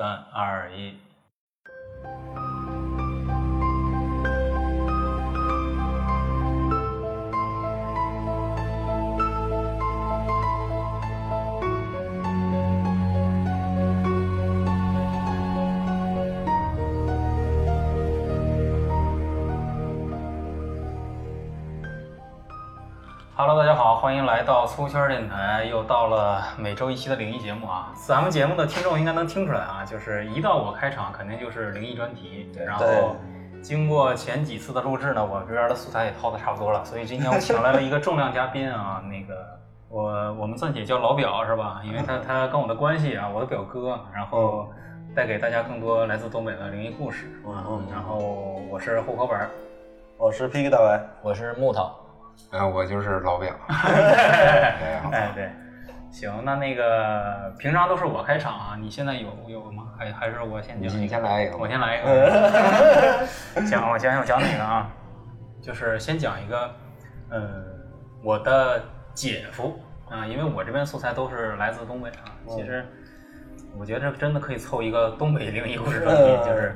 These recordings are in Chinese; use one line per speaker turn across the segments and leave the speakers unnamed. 三二一，Hello，大家好，欢迎来到粗圈儿电台，又到了每周一期的灵异节目啊。咱们节目的听众应该能听出来啊，就是一到我开场，肯定就是灵异专题。然后经过前几次的录制呢，我这边的素材也掏的差不多了，所以今天我请来了一个重量嘉宾啊， 那个我我们暂且叫老表是吧？因为他他跟我的关系啊，我的表哥，然后带给大家更多来自东北的灵异故事。
嗯嗯
然后我是户口本儿。
我是 PK 大白，
我是木头，
啊，我就是 老表，
哎，对，行，那那个平常都是我开场啊，你现在有有吗？还还是我先
你
讲？
你先，来一个，
我先来一个。
嗯
行，我想想讲哪个啊？就是先讲一个，呃，我的姐夫啊，因为我这边素材都是来自东北啊，
哦
其实我觉得真的可以凑一个东北灵异故事专题，
嗯
就是。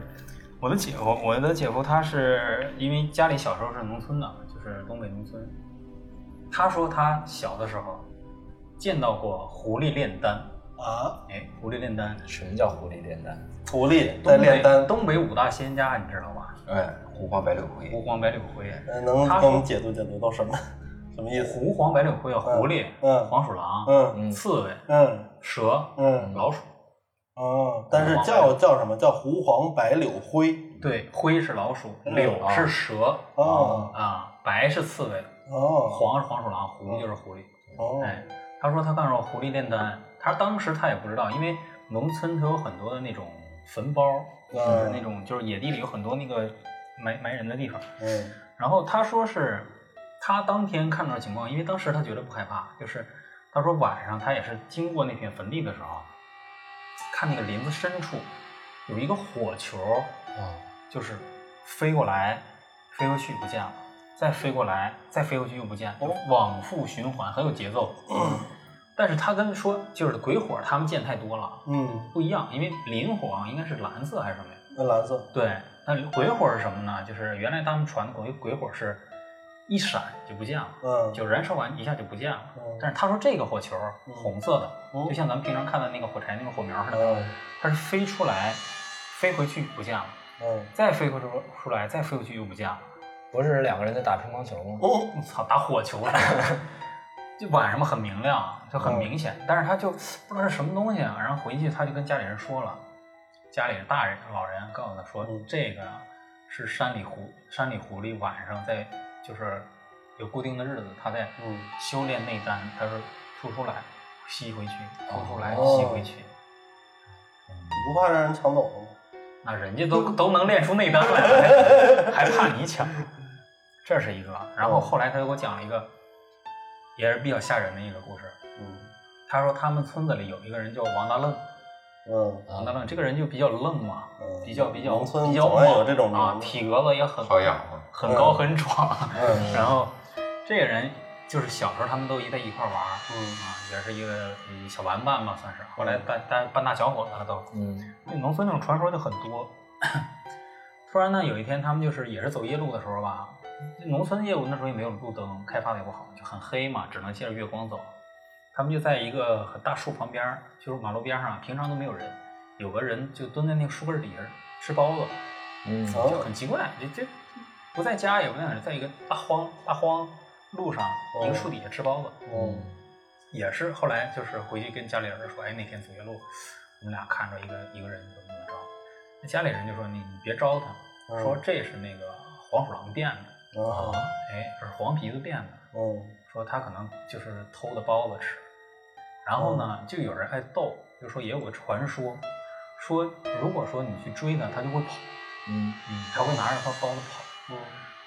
我的姐夫，我的姐夫他是因为家里小时候是农村的，就是东北农村。他说他小的时候见到过狐狸炼丹，
啊，
哎，狐狸炼丹，
什么叫狐狸炼丹？
狐狸在
东北
炼丹，
东北五大仙家你知道吧？
哎，狐黄白柳灰，
狐黄白柳灰，
呃能
他
帮
说
我们解读解读都什么 什么意思？
狐黄白柳灰啊，狐狸、
嗯
黄鼠狼、
嗯
嗯
刺猬、
嗯
蛇、
嗯
老鼠，
哦，但是
黄白
叫叫什么叫狐黄白柳灰
对，灰是老鼠，
嗯
柳是蛇
哦
啊，白是刺猬，
哦
黄是黄鼠狼，狐就是狐狸。
哦
哎，他说他干过狐狸炼丹，他当时他也不知道，因为农村他有很多的那种坟包，就是那种就是野地里有很多那个埋埋人的地方。
嗯
然后他说是，他当天看到的情况，因为当时他觉得不害怕，就是他说晚上他也是经过那片坟地的时候，看那个林子深处有一个火球，就是飞过来，飞过去不见了，再飞过来，再飞过去又不见了，往复循环，很有节奏。但是他跟说就是鬼火，他们见太多了，
嗯，
不一样，因为磷火啊应该是蓝色还是什么呀？
那蓝色
对，那鬼火是什么呢？就是原来他们传的鬼鬼火是一闪就不见了，
嗯
就燃烧完一下就不见了。
嗯
但是他说这个火球儿
嗯
红色的，
嗯
就像咱们平常看的那个火柴那个火苗似
哦
的，
嗯
它是飞出来，飞回去不见了，
嗯
再飞回出出来，再飞回去又不见了。
不是两个人在打乒乓球吗？
哦
我操，打火球了！ 就晚上嘛，很明亮啊，就
嗯
很明显。但是他就不知道是什么东西啊，然后回去他就跟家里人说了，家里人大人老人告诉他说，
嗯
这个啊是山里狐山里狐狸晚上在就是有固定的日子，他在
嗯
修炼内丹，他说吐出来吸回去，吐出来
哦
吸回去。
不怕让人抢走了吗？
那啊人家都都能练出内丹来了，还怕你抢？这是一个。啊然后后来他又给我讲了一个，也是比较吓人的一个故事。
嗯
他说他们村子里有一个人叫王大
啊
愣，
嗯
王大愣这个人就比较愣嘛，
嗯
比较比较
农村
比较
总爱
猛
有这种名
啊，
字
体格子也很
好养活，
很高很壮。
嗯
然后这个人就是小时候他们都一在一块玩儿，
嗯
啊，也是一个嗯小玩伴吧，算是。后来搬搬搬大小伙子了都。
嗯
对农村那种传说就很多。突然呢，有一天他们就是也是走夜路的时候吧，农村业务那时候也没有路灯，开发的也不好，就很黑嘛，只能借着月光走。他们就在一个很大树旁边儿，就是马路边上，平常都没有人，有个人就蹲在那个树根儿底下吃包子，
嗯
就
哦
很奇怪，这这不在家也不在哪儿，在一个大荒大荒路上一个树底下吃包子。
嗯
也是后来就是回去跟家里人说，哎，那天走夜路，我们俩看着一个一个人怎么怎么着，那家里人就说你你别招他，
嗯
说这是那个黄鼠狼变的，
啊
哎，是黄皮子变的，
嗯
说他可能就是偷的包子吃。然后呢，就有人爱逗，就说也有个传说，说如果说你去追他，他就会跑，
嗯
嗯，他会拿着他包子跑。
嗯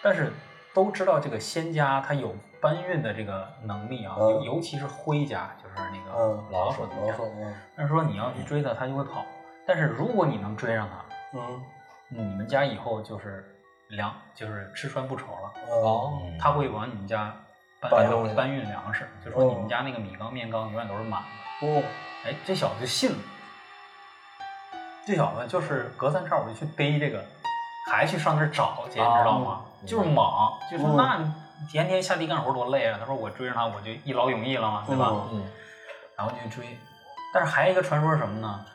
但是都知道这个仙家他有搬运的这个能力啊，
嗯
尤、尤其是灰家，就是那个
嗯
老鼠的
老
家
鼠嗯
但是说你要去追它，它就会跑。但是如果你能追上它，
嗯
你们家以后就是粮，就是吃穿不愁了。
嗯
哦
它会往你们家搬
搬
粮
东西哦
搬运粮食，就说你们家那个米缸面缸永远都是满的。
哦
哎，这小子就信了。这小子就是隔三差五就去逮这个，还去上那儿找去，你知道
哦
吗？就是莽，就说
嗯
那你天天下地干活多累啊！他说我追上他，我就一劳永逸了嘛，对吧？
嗯
嗯
然后就追，但是还有一个传说是什么呢？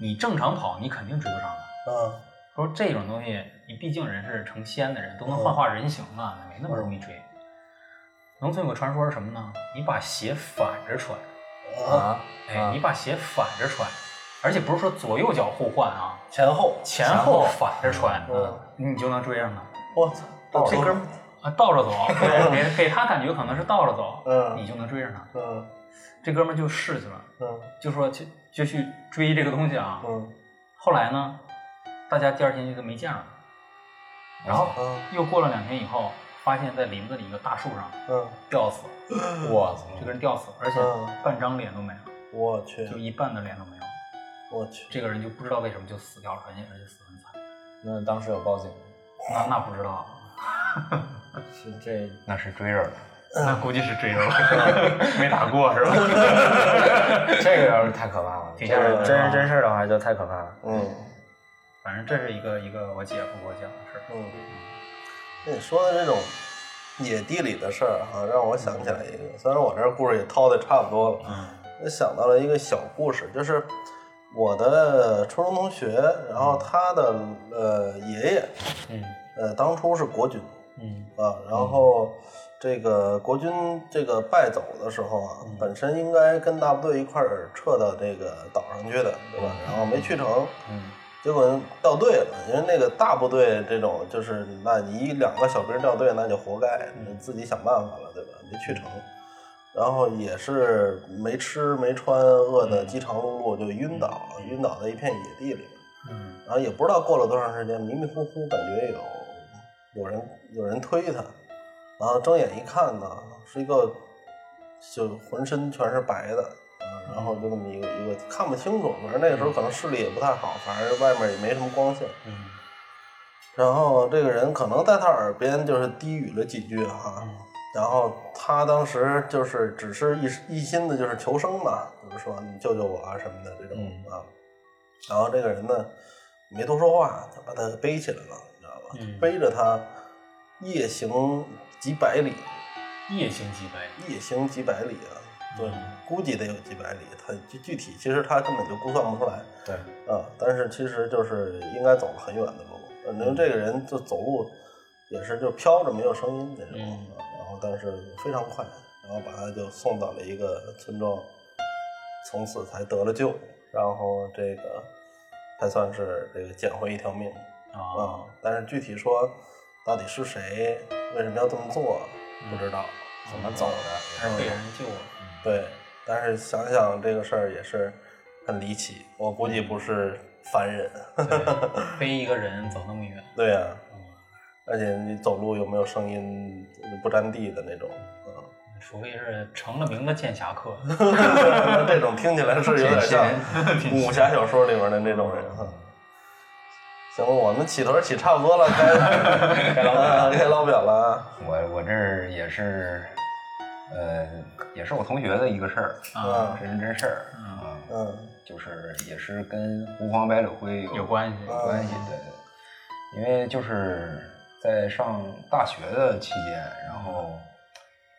你正常跑，你肯定追不上的。
嗯
说这种东西，你毕竟人是成仙的人，都能幻化人形了，没那么容易追。农村有个传说是什么呢？你把鞋反着穿，
啊，
啊，
哎，你把鞋反着穿，而且不是说左右脚互换啊，
前后，
前
前
后
后
反着穿，
嗯，
你就能追上他。
我操，这哥们儿，
啊，倒着走，对，给给他感觉可能是倒着走，
嗯
你就能追上他。
嗯
这哥们儿就试去了，
嗯
就说去就去追这个东西啊。
嗯
后来呢，大家第二天就都没见着他。然后
嗯
又过了两天以后，发现在林子里一个大树上
嗯，
吊死，
我
哦
操，
这个人吊死，而且
嗯
半张脸都没有，
我去，
就一半的脸都没有。
我去，
这个人就不知道为什么就死掉了，而且而且死得很惨。
那当时有报警吗，
那那不知道，
是这
那是追着的。
那估计是追着了，没打过是吧？
这个要是太可怕了，
挺吓人
这
的
啊真人真事儿的话就太可怕了。
嗯
反正这是一个一个我姐夫给我讲的事儿。
嗯，那你说的这种野地里的事儿哈，让我想起来一个，虽然我这故事也掏的差不多了，
嗯
我想到了一个小故事，就是我的初中同学，然后他的呃爷爷，
嗯
呃当初是国军
嗯
啊，然后这个国军这个败走的时候啊，本身应该跟大部队一块儿撤到这个岛上去的，对吧？然后没去成，
嗯
结果掉队了，因为那个大部队这种就是，那你一两个小兵掉队，那就活该，你自己想办法了，对吧？没去成，然后也是没吃没穿，饿得饥肠辘辘就晕倒了，晕倒在一片野地里，
嗯
然后也不知道过了多长时间，迷迷糊糊感觉有有人有人推他，然后睁眼一看呢，是一个就浑身全是白的，啊，然后就那么一个一个看不清楚，反正那个时候可能视力也不太好，反正外面也没什么光线。
嗯
然后这个人可能在他耳边就是低语了几句哈、
嗯
然后他当时就是只是一一心的就是求生嘛，就是说你救救我啊什么的这种、
嗯
啊。然后这个人呢没多说话，就把他给背起来了，你知道吧？
嗯
背着他夜行几百里，
夜行几百里，
夜行几百里啊，对，
嗯
估计得有几百里，他具具体其实他根本就估算不出来。
对，
啊，但是其实就是应该走了很远的路，反正这个人就走路也是就飘着没有声音那种，
嗯
啊然后但是非常快，然后把他就送到了一个村庄，从此才得了救，然后这个才算是这个捡回一条命啊
啊，。
但是具体说到底是谁，为什么要这么做，不知道。
怎么走的？
还是被人救了。
对，但是想想这个事儿也是很离奇，我估计不是凡人。
对，背一个人走那么远，
对呀、而且你走路有没有声音，不沾地的 那种，
除非是成了名的剑侠客，
嗯，这种听起来是有点 像
挺
武侠小说里面的那种人。嗯行了，我们起头起差不多了， 该该老表该老表了啊。
我我这儿也是，呃，也是我同学的一个事儿，
啊，
真人真事儿
嗯
啊，
嗯
就是也是跟狐黄白柳灰
有关系。
啊
有关系的，因为就是在上大学的期间，然后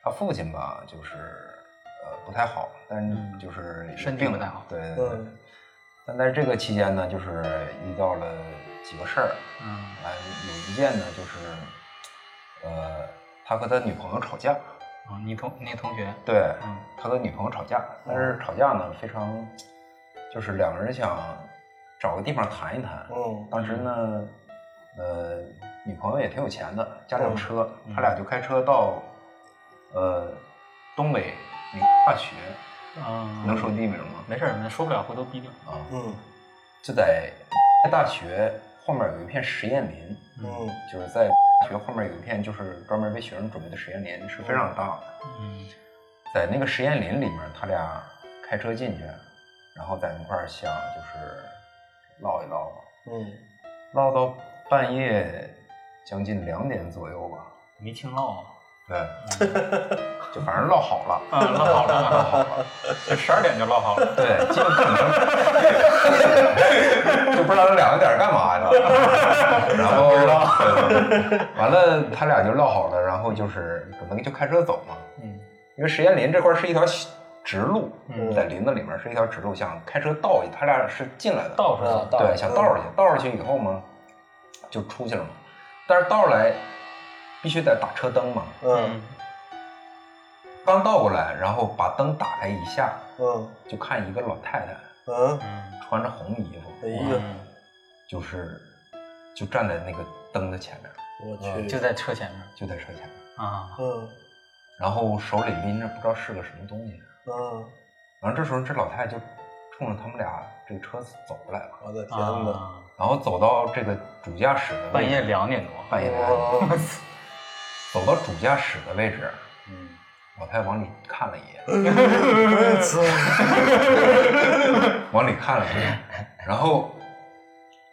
他父亲吧，就是呃不太好，但
嗯
是就是有
身体
病
不太好
对对对。
嗯
但在这个期间呢，就是遇到了几个事儿，
嗯
啊，有一件呢就是，呃，他和他女朋友吵架，
啊，你同你同学，
对，
嗯
他和女朋友吵架，但是吵架呢非常，就是两个人想找个地方谈一谈。
嗯
当时呢，呃，女朋友也挺有钱的，家里有
嗯
车，
嗯
他俩就开车到，呃，东北民大学，
啊，
能说地名吗？
没事儿，那说不了回头逼掉。
啊，
嗯
就在大学后面有一片实验林，
嗯
就是在大学后面有一片就是专门为学生准备的实验林，是非常大的。
嗯
在那个实验林里面，他俩开车进去，然后在那块儿想就是唠一唠嘛，
嗯
唠到半夜将近两点左右吧，
没听到啊，
对，就反正落好了。
啊，唠好了，唠好了，就十二点就唠好了。
对，基本可能就不知道这两个点儿干嘛呢。然后对完了，他俩就唠好了，然后就是可能就开车走嘛。
嗯
因为实验林这块儿是一条直路，
嗯
在林子里面是一条直路，想开车倒去，他俩是进来的，
倒出
啊
去，
倒
对，想倒出去，倒出去以后嘛，就出去了嘛。但是倒来必须得打车灯嘛，
嗯
刚倒过来，然后把灯打开一下，
嗯
就看一个老太太
嗯，
嗯，
穿着红衣服，
哎呀，
就是就站在那个灯的前面，
我
嗯
去，
就在车前面
就在车前面，
啊，
嗯
然后手里拎着不知道是个什么东西。
嗯，
然后这时候这老太太就冲着他们俩这个车子走过来了，
我的天哪！
啊，
然后走到这个主驾驶的位置
半夜哦两点多，
半夜两点
我
走到主驾驶的位置，
嗯，
老太太往里看了一眼，
我操！
往里看了一眼，然后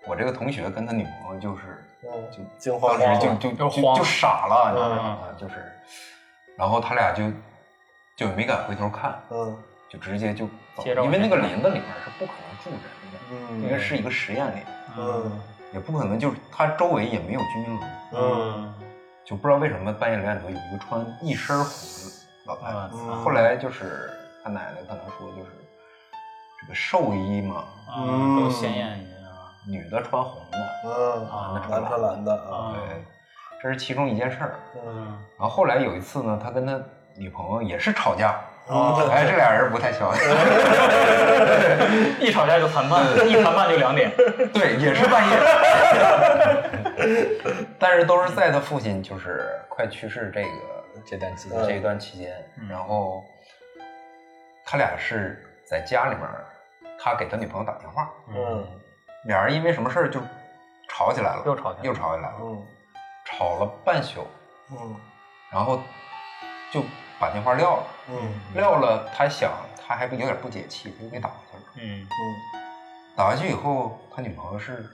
我这个同学跟他女朋友就是
嗯
就
惊慌
当
了
时就就
就
就
慌了
就傻了，你知道
嗯
吗？就是，然后他俩就就也没敢回头看，
嗯
就直接就走
接着
了，
往
因为那
前
个林子里面是不可能住人的，因为
嗯
是一个实验林，
嗯
也不可能就是它周围也没有居民楼，
嗯
就不知道为什么半夜两点多有一个穿一身红的老太太。
嗯
后来就是他奶奶可能说就是这个寿衣嘛，
啊，都鲜艳一些啊，
女的穿红的，
嗯，
啊
蓝穿蓝的啊，
对，这是其中一件事儿。
嗯，
然后后来有一次呢，他跟他女朋友也是吵架，
哦
哎，这俩人不太巧，
一吵架就谈判，一谈判就两点，
对，也是半夜， 但是都是在他父亲就是快去世这个呃
这段期间
嗯
这一段期间
嗯，
然后他俩是在家里面，他给他女朋友打电话，
嗯
俩人因为什么事儿就吵起来了，
又吵起来了
又吵起来了，
嗯
吵了半宿，
嗯
然后就把电话撂了。
嗯
撂了，他想他还不有点不解气，他就给打回去了。
嗯
打回去以后，他女朋友是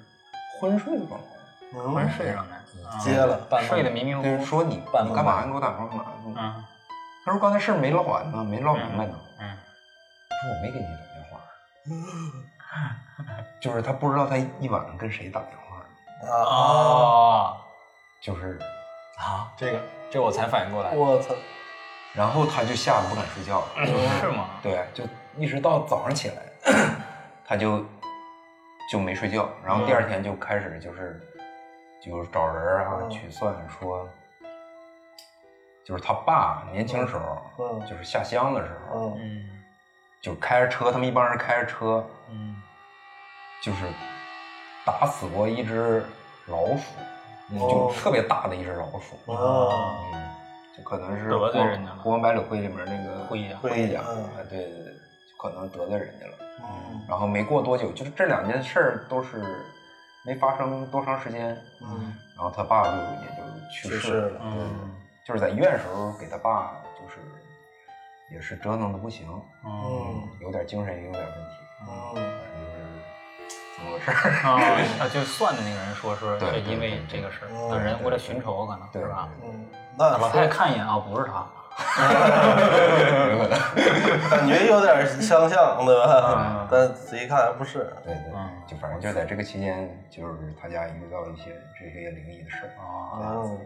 昏睡的状态，
嗯，
忽然睡上来，
接了，
半
啊嗯睡得迷迷糊
就是
糊，
说你
半
你
梦
干嘛？
半
你给我打电话干嘛？
嗯
他说刚才事儿没唠完呢，没唠明白呢。
嗯
他说我没给你打电话，就是他不知道他一晚上跟谁打电话，
啊，
哦，
就是，
啊，这个这我才反应过来，
我操，
然后他就吓得不敢睡觉了，
是吗？
对，就一直到早上起来，他就就没睡觉，然后第二天就开始就是就是找人儿啊
嗯
去算说，就是他爸年轻时候，
嗯
就是下乡的时候，
嗯
嗯
就开着车，他们一帮人开着车，
嗯
就是打死过一只老鼠，
哦
就特别大的一只老鼠，
啊，
嗯，就可能是
得罪
国
人家了
国王百里会里面那个
会呀
会呀，
嗯
啊，对对对，就可能得罪人家了。
嗯
然后没过多久，就是这两件事儿都是没发生多长时间，
嗯，
然后他爸就也就去
去
世
世了，
嗯
就是在医院时候给他爸就是也是折腾的不行，
嗯
有点精神也有点问题，
嗯
反正就是 怎么回事儿，
啊啊！就算的那个人说是
对
是
嗯对
因为这
对
个事儿，
对
那人
对
为了
对
寻仇可能
对
是吧？
嗯，
那
那
老
说
太太看一眼啊，不是他，
有可能，
感觉有点相像，对吧
嗯？
但仔细看还不是，
对对
嗯
对，就反正就在这个期间，就是他家遇到一些这些灵异的事儿，
哦，
嗯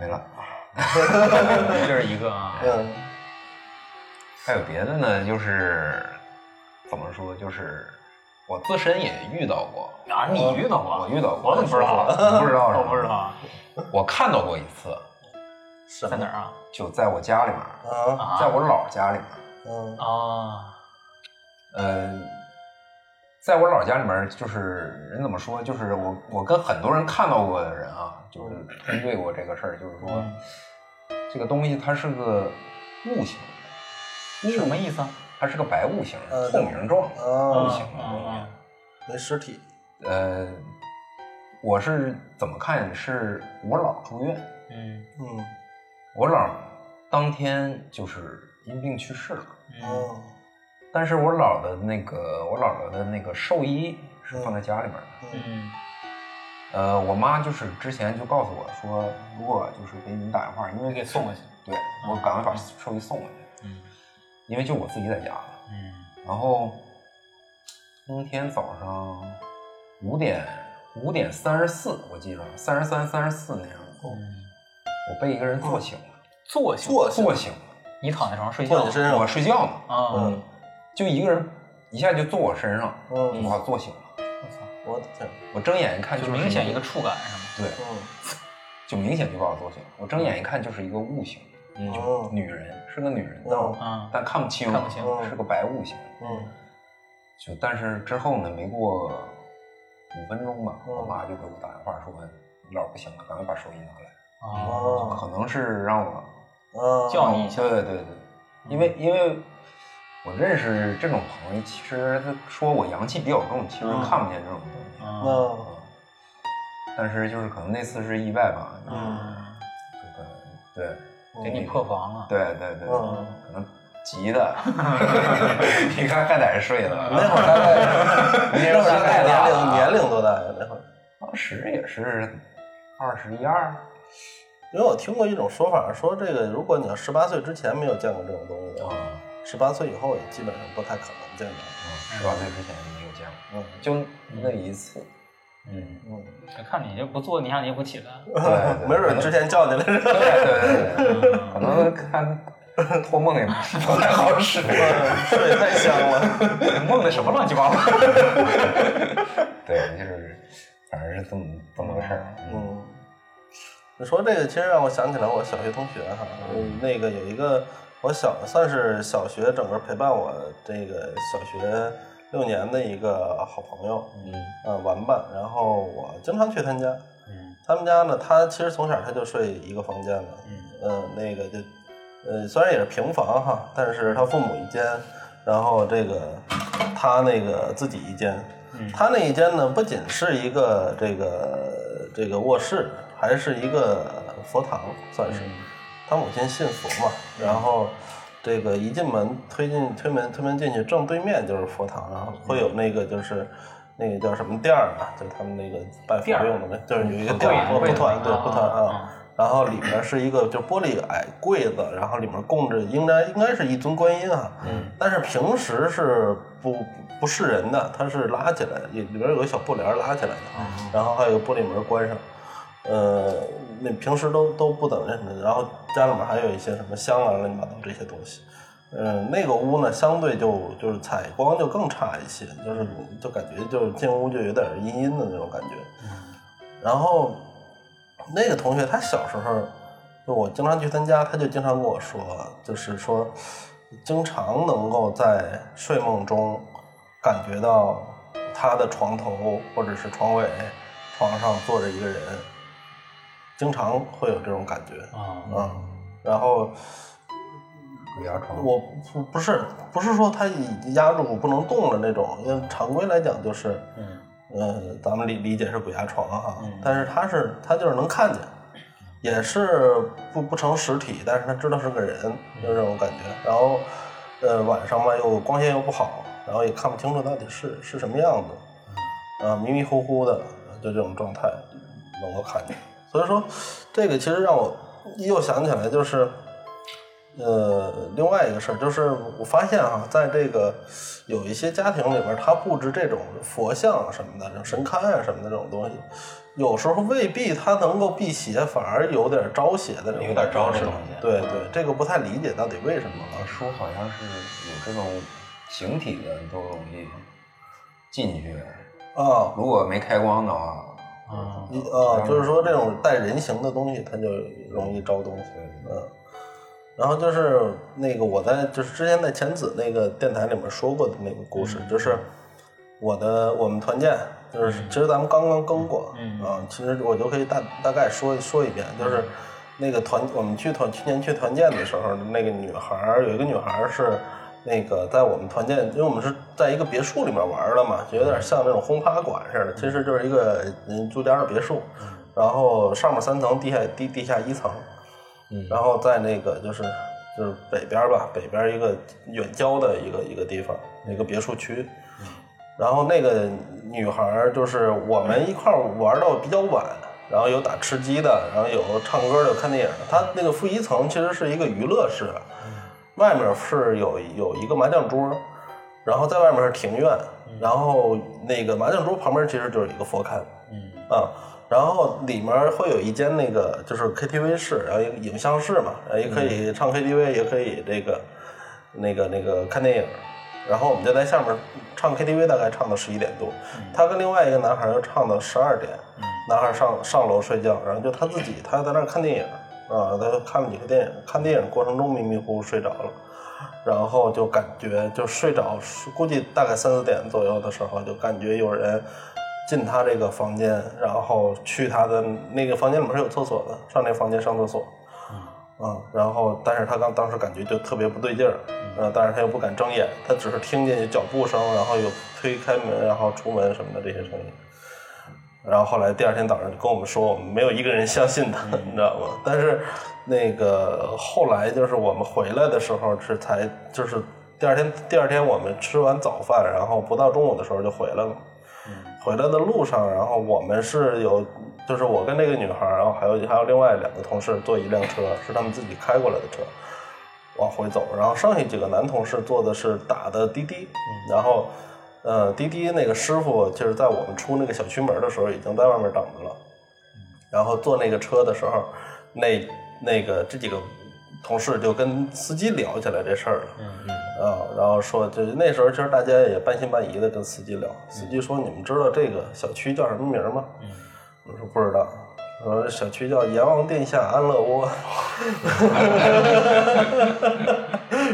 没了。
这是一个 啊，
嗯
还有别的呢，就是怎么说，就是我自身也遇到过，
啊，你遇到过？
我遇到过，
我怎么不知道啊？
你不知 道 是
我
吗
不知道，啊，
我看到过一次，
什
在哪
么
儿啊？
就在我家里面，
啊
啊，
在我姥儿家里面，
嗯
啊，
呃，在我姥儿家里面，就是人怎么说，就是我我跟很多人看到过的人啊，就是针对过这个事儿，就是说、
嗯
这个东西它是个物形的，
什么意思啊？
它是个白物形的，
呃
透明状的物
啊，
形的东西。
啊
没尸体，
呃，我是怎么看？是我姥住院，
嗯
嗯
我姥当天就是因病去世了。
嗯
嗯
但是我姥的那个，我姥姥的那个寿衣是放在家里面的。
嗯
嗯
呃，我妈就是之前就告诉我说，如果就是给你们打电话，因为
给送过去。
对，我赶快把兽医送过去，
嗯
因为就我自己在家了。
嗯
然后当天早上五点五点三十四，我记着三十三、三十四那样，
嗯，
我被一个人坐醒了，
坐醒，
坐
坐醒了，
你躺在床上睡
坐
觉
你身上
我睡觉呢，
啊？
嗯，
就一个人一下就坐我身上，
嗯
就把我坐醒了。
我操，
我的天，
我睁眼一看，
就
就是
明显一个触感是吗？
对，
嗯，
就明显就把我坐醒了。我睁眼一看，就是一个雾形，
哦，
女人是个女人，
嗯
啊，
但看不清，
看不清
是个白雾形。
嗯，
就但是之后呢，没过五分钟吧，
嗯
我妈就给我打电话说，你老不行了，赶快把手机拿来。
啊，
就可
哦，
能是让我
啊，
叫你一下
对对对，因为因为我认识这种朋友，其实他说我阳气比较重，其实
嗯
看不见这种东西。嗯
啊
那
但是就是可能那次是意外吧，
嗯，
这个
给你破防了。
对对对对，
嗯
可能急 的， 你看还在这睡了，
那会儿大概那会儿大概啊
年
年龄
龄
年龄多大呀？那会儿，
当时也是二十一二，
因为我听过一种说法，说这个如果你要十八岁之前没有见过这种东西
啊
的话，十八岁以后也基本上不太可能见到。
十八岁之前没有见过，
嗯
就那一次，
嗯，
嗯，
看你就不坐，你看你也不起 来。
对对
没准儿之前叫你来着。
对对对对，
嗯
可能看托梦也不太好使，
睡得太香 了，
梦的什么乱七 八糟。对，就是反正是这么这么个事儿。嗯
嗯，你嗯说这个其实让我想起来我小学同学哈，嗯那个有一个我小算是小学整个陪伴我这个小学六年的一个好朋友，
嗯
呃玩伴，然后我经常去他家，
嗯
他们家呢，他其实从小他就睡一个房间了，
嗯
嗯，那个就，呃，虽然也是平房哈，但是他父母一间，然后这个他那个自己一间，
嗯
他那一间呢，不仅是一个这个这个卧室，还是一个佛堂，算是。他母亲信佛嘛，然后这个一进门推进推门推门进去，正对面就是佛堂，然后会有那个就是。那个叫什么店儿啊？就是他们那个拜佛
店儿嗯
用的呗，就是有一个
会
店儿，
会
不团，对
啊
不团啊
啊。
然后里面是一个就玻璃矮柜子，然后里面供着应该应该是一尊观音啊，
嗯
但是平时是不不是人的，它是拉起来，里里边有个小布帘拉起来的，然后还有个玻璃门关上。呃，那平时都都不怎么那什么，然后家里面还有一些什么香啊乱七八糟这些东西。嗯、那个屋呢，相对就就是采光就更差一些，就是就感觉就是进屋就有点阴阴的那种感觉。然后那个同学他小时候，就我经常去他家，他就经常跟我说，就是说，经常能够在睡梦中感觉到他的床头或者是床尾床上坐着一个人，经常会有这种感觉
啊
啊、然后
鬼压床，
我不不是不是说他已压住不能动了那种，因为常规来讲就是，
嗯
呃，咱们理理解是鬼压床哈、
嗯
但是他是他就是能看见，也是不不成实体，但是他知道是个人，就是这种感觉。然后，呃，晚上嘛又光线又不好，然后也看不清楚到底是是什么样子，啊、迷迷糊糊的，就这种状态能够看见。所以说，这个其实让我又想起来就是。呃，另外一个事儿就是，我发现哈、在这个有一些家庭里边儿，他布置这种佛像什么的、这种神龛啊什么的这种东西，有时候未必他能够辟邪，反而有点招邪的这种，
有点招这种邪
对对，这个不太理解到底为什么
我
啊？
叔好像是有这种形体的都容易进去，
啊，
如果没开光的话，
啊
一啊，就是说这种带人形的东西，它就容易招东西。嗯，然后就是那个我在就是之前在浅子那个电台里面说过的那个故事，就是我的我们团建，就是其实咱们刚刚更过，
嗯
啊，其实我就可以大大概说说一遍，就是那个团我们去团去年去团建的时候，那个女孩儿有一个女孩儿是。那个在我们团建，因为我们是在一个别墅里面玩的嘛，就有点像那种轰趴馆似的，其实就是一个嗯住家的别墅，然后上面三层，地下地地下一层，然后在那个就是就是北边儿吧，北边儿一个远郊的一个一个地方，一个别墅区。然后那个女孩儿就是我们一块儿玩到比较晚，然后有打吃鸡的，然后有唱歌的，有看电影的。它那个负一层其实是一个娱乐室，外面是有有一个麻将桌，然后在外面是庭院，然后那个麻将桌旁边其实就是一个佛龛，
嗯
啊，然后里面会有一间那个就是 KTV 室，然后一个影像室嘛，呃也可以唱 KTV，也可以这个那个那个看电影。然后我们就在下面唱 KTV，大概唱到十一点多。他跟另外一个男孩又唱到十二点，男孩上上楼睡觉，然后就他自己，他在那儿看电影啊，他就看了几个电影，看电影过程中迷迷糊糊睡着了，然后就感觉就睡着，估计大概三四点左右的时候，就感觉有人进他这个房间，然后去他的那个房间里面是有厕所的，上那房间上厕所。嗯，然后但是他刚当时感觉就特别不对劲儿，呃，但是他又不敢睁眼，他只是听见有脚步声，然后有推开门，然后出门什么的这些声音。然后后来第二天早上就跟我们说，我们没有一个人相信他，你知道吗？但是那个后来就是我们回来的时候是才就是第二天第二天我们吃完早饭，然后不到中午的时候就回来了。回来的路上，然后我们是有，就是我跟那个女孩儿，然后还有还有另外两个同事坐一辆车，是他们自己开过来的车，往回走。然后剩下几个男同事坐的是打的滴滴，然后呃滴滴那个师傅就是在我们出那个小区门的时候已经在外面等着了，然后坐那个车的时候，那那个这几个同事就跟司机聊起来这事儿了。
嗯
啊，然后说就是那时候，其实大家也半信半疑的跟司机聊，司机说你们知道这个小区叫什么名儿吗？嗯，我说不知道，我说小区叫阎王殿下安乐窝，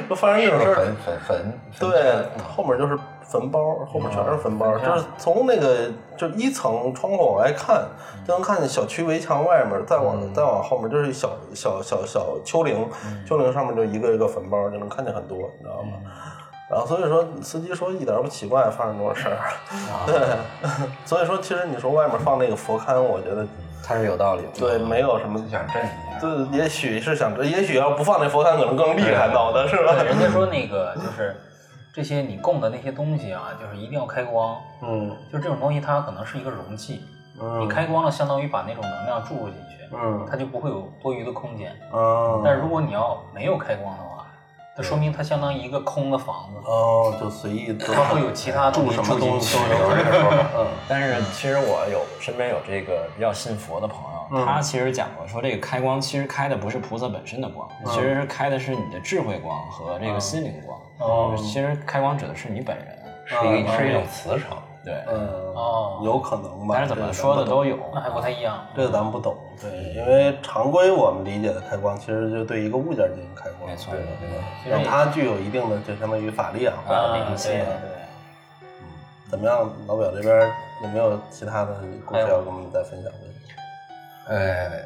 说发生这种事儿
坟，坟坟，嗯
对，后面就是坟包，后面全是坟包，就是从那个就一层窗户往外看，就能看见小区围墙外面，再
嗯
往再往后面就是小小小小丘陵，丘陵上面就一个一个坟包，就能看见很多，你知道吗？
嗯
然后所以说，司机说一点儿不奇怪发生多少事儿，
啊
对，所以说其实你说外面放那个佛龛，我觉得
它是有道理的。
对没有什么
思想震一下，
对，也许是想，也许要不放那佛龛，可能更厉害，闹的是吧？
对，人家说那个就是这些你供的那些东西啊，就是一定要开光，
嗯
就是这种东西它可能是一个容器，
嗯
你开光了，相当于把那种能量注入进去，
嗯
它就不会有多余的空间。
啊
但是如果你要没有开光的话，这说明它相当于一个空的房子，
哦，就随意做
它会有其他东西住进去。
嗯
但是其实我有身边有这个比较信佛的朋友，他其实讲过说，这个开光其实开的不是菩萨本身的光，其实是开的是你的智慧光和这个心灵光。
哦
其实开光指的是你本人。
是一个是一种磁场。
对，
嗯，
哦
有可能吧。
但是怎么说的都有。
那还不太一样。
这个咱们不懂，这个咱们不懂。对，
嗯
因为常规我们理解的开关，其实就对一个物件进行开关，
没错
对
对
其实
让
也
它具有一定的就相当于法力啊。
啊，
灵
对
性
对对。
嗯怎么样，老表这边有没有其他的
哎
故事要跟我们再分享的？
呃，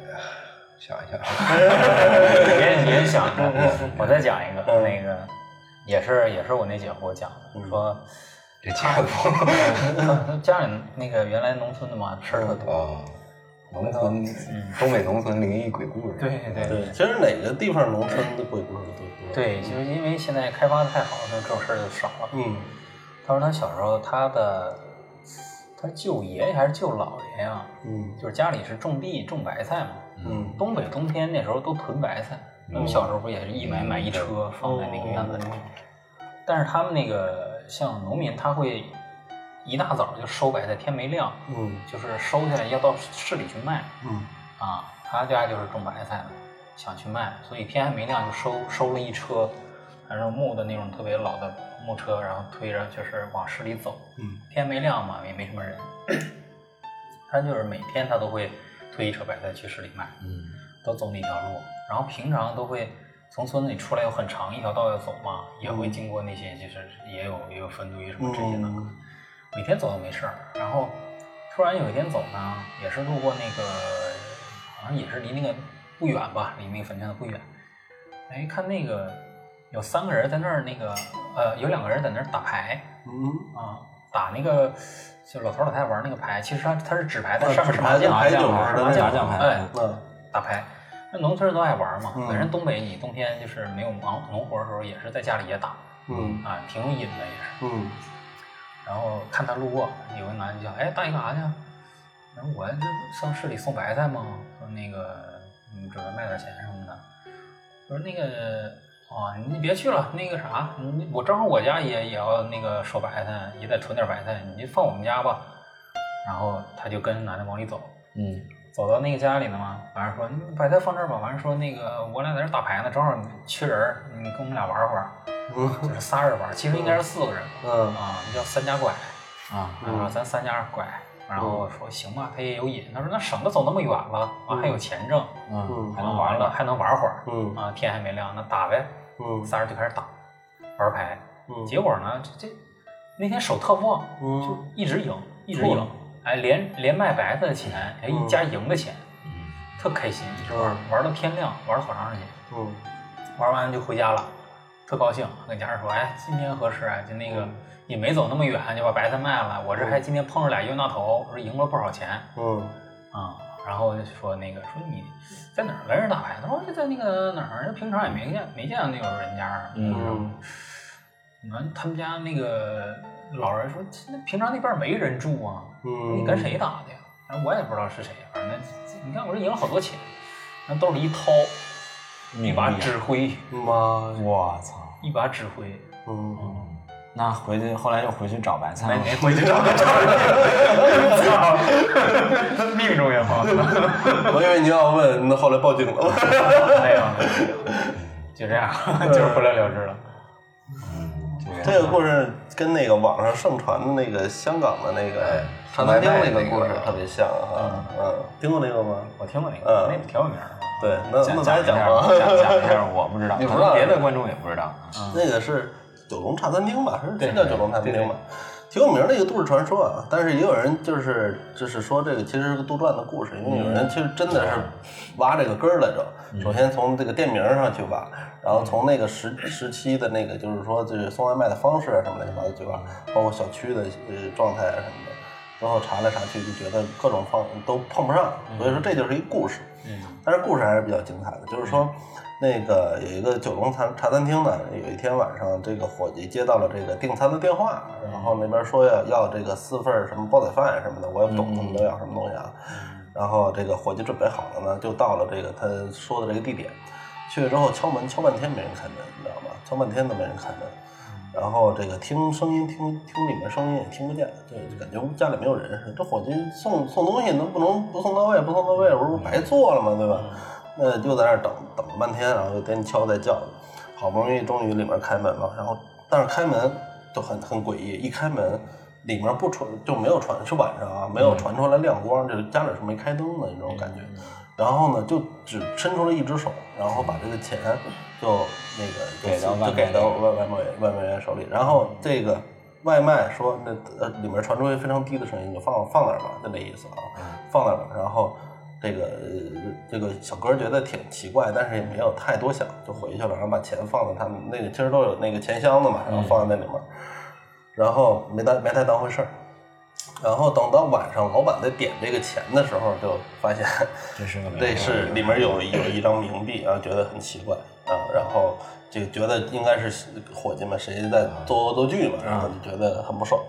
想一想，
哎别别想着，我再讲一个，那个也是也是我那姐夫讲的，说
这家伙
他家里那个原来农村的嘛，事儿特多。
嗯
啊，农村，东北农村灵异鬼故事。
对对对
对，其实哪个地方农村的鬼故事都多。，
对，就是因为现在开发的太好了，所以这种事儿就少了。
嗯
他说他小时候他的他舅爷爷还是舅姥爷呀，
嗯
就是家里是种地种白菜嘛，
嗯
东北冬天那时候都囤白菜，我们小时候不也是一买买一车放在那个院子里。但是他们那个像农民，他会一大早就收白菜，天没亮，
嗯
就是收下来要到市里去卖
嗯
啊。他家就是种白菜的，想去卖，所以天还没亮就收收了一车，反正木的那种特别老的木车，然后推着就是往市里走。
嗯
天没亮嘛，也没什么人。他就是每天他都会推一车白菜去市里卖，嗯，都走那条路。然后平常都会从村子里出来，有很长一条道要走嘛，也会经过那些就是也有也有坟堆什么这些的，
嗯
每天走都没事儿。然后突然有一天走呢，也是路过那个，好像也是离那个不远吧，离那个坟圈子不远。哎，看那个有三个人在那儿，那个呃，有两个人在那儿打牌，
嗯，
啊，打那个就老头老太太玩那个牌，其实它它是纸牌，它
啊
上面是
纸
麻
牌
将，
跟牌九
麻
似的
麻
那
将
种麻将牌
哎，
嗯
打牌。那农村人都爱玩嘛，
嗯
本身东北你冬天就是没有忙农活的时候，也是在家里也打，
嗯
啊，挺有瘾的也是。
嗯
然后看他路过，有个男的就叫：“哎，大姨干啥去啊？”然后我这不上市里送白菜吗？说那个，嗯，准备卖点钱什么的。我说那个，哦，你别去了，那个啥，你我正好我家也也要那个收白菜，也得囤点白菜，你就放我们家吧。然后他就跟男的往里走，
嗯，
走到那个家里了嘛，完事说你把菜放这儿吧，完事说那个我俩在这儿打牌呢，正好你缺人儿，你跟我们俩玩会儿，就是仨人玩儿，其实应该是四个人，
嗯
啊，叫三家拐，
啊，嗯
啊，咱三家拐，然后说行吧，他也有瘾，他说那省得走那么远了，啊还有钱挣，
嗯，
还能玩了，还能玩会儿，
嗯
啊天还没亮，那打呗，
嗯
仨人就开始打，玩牌，
嗯
结果呢这这那天手特旺，
嗯
就一直赢，一直
吐
赢
了，
哎连连卖白菜的钱，哎一家赢的钱。
嗯
特开心，一直玩玩到天亮，玩了好长时间，
嗯
玩完就回家了，特高兴，跟家人说，哎，今天合适啊，就那
嗯
个也没走那么远，就把白菜卖了，我这还今天碰上俩冤大头，我说赢了不少钱
嗯
啊、然后就说那个说你在哪儿跟人打牌？他说就在那个哪儿，平常也没见没见到那种人家，
嗯
完他们家那个老人说，那平常那边没人住啊，
嗯
你跟谁打的呀？然后我也不知道是谁，啊反正你看我这赢了好多钱，那兜里一掏，一把
啊
纸灰，
妈呀，
我操，
一把纸灰，
嗯
那回去后来又回去找白菜
没
了
没回去找找，命中也好，没有
我以为你要问，那后来报警了。
没有，就这样，就是不了了之了。
这个故事跟那个网上盛传的那个香港的那个茶餐哎厅那个故事特别像啊，嗯，听过那个吗？
我听过那
嗯
个，那挺有名儿的。
对，那那咱也讲吧。
讲讲一 下，我不知道，
你不
可
知道
能别的观众也不知道。啊
那个是九龙茶餐厅吧？是
啊对
是叫九龙茶餐
对
厅吧
对？
挺有名的一个都市传说啊，但是也有人就是就是说这个其实是个杜撰的故事，因为有人
嗯
其实真的是挖这个根儿来着。首先从这个店名上去挖，然后从那个时时期的那个就是说就是送外卖的方式啊什么乱七八糟去挖，包括小区的呃状态啊什么的，然后查来查去就觉得各种方都碰不上，所以说这就是一故事。但是故事还是比较精彩的，就是说，那个有一个九龙茶茶餐厅呢，有一天晚上，这个伙计接到了这个订餐的电话，然后那边说要要这个四份儿什么煲仔饭什么的，我也不懂他们都要什么东西啊。然后这个伙计准备好了呢，就到了这个他说的这个地点，去了之后敲门敲半天没人开门，你知道吗？敲半天都没人开门。然后这个听声音，听听里面声音也听不见，就就感觉家里没有人似的。这伙计送送东西，能不能不送到位？不送到位，我不是白做了吗？对吧？那呃就在那儿等等了半天，然后又点敲再叫，好不容易终于里面开门了。然后但是开门就很很诡异，一开门里面不传就没有传，是晚上啊，没有
嗯
传出来亮光，就是家里是没开灯的那种感觉。然后呢，就只伸出了一只手，然后把这个钱就那个就
给到外
就给
卖
到
员
外外卖员外卖员手里，然后这个外卖说那呃里面传出非常低的声音，你就放放那儿吧，就那意思啊，放那儿吧。然后这个呃这个小哥觉得挺奇怪，但是也没有太多想，就回去了，然后把钱放在他们那个其实都有那个钱箱子嘛，然后放在那里面，然后没当没太当回事儿。然后等到晚上，老板在点这个钱的时候，就发现
这是个
这是里面有有一张冥币啊，觉得很奇怪啊，然后就觉得应该是伙计们谁在做恶作剧嘛，然后就觉得很不爽，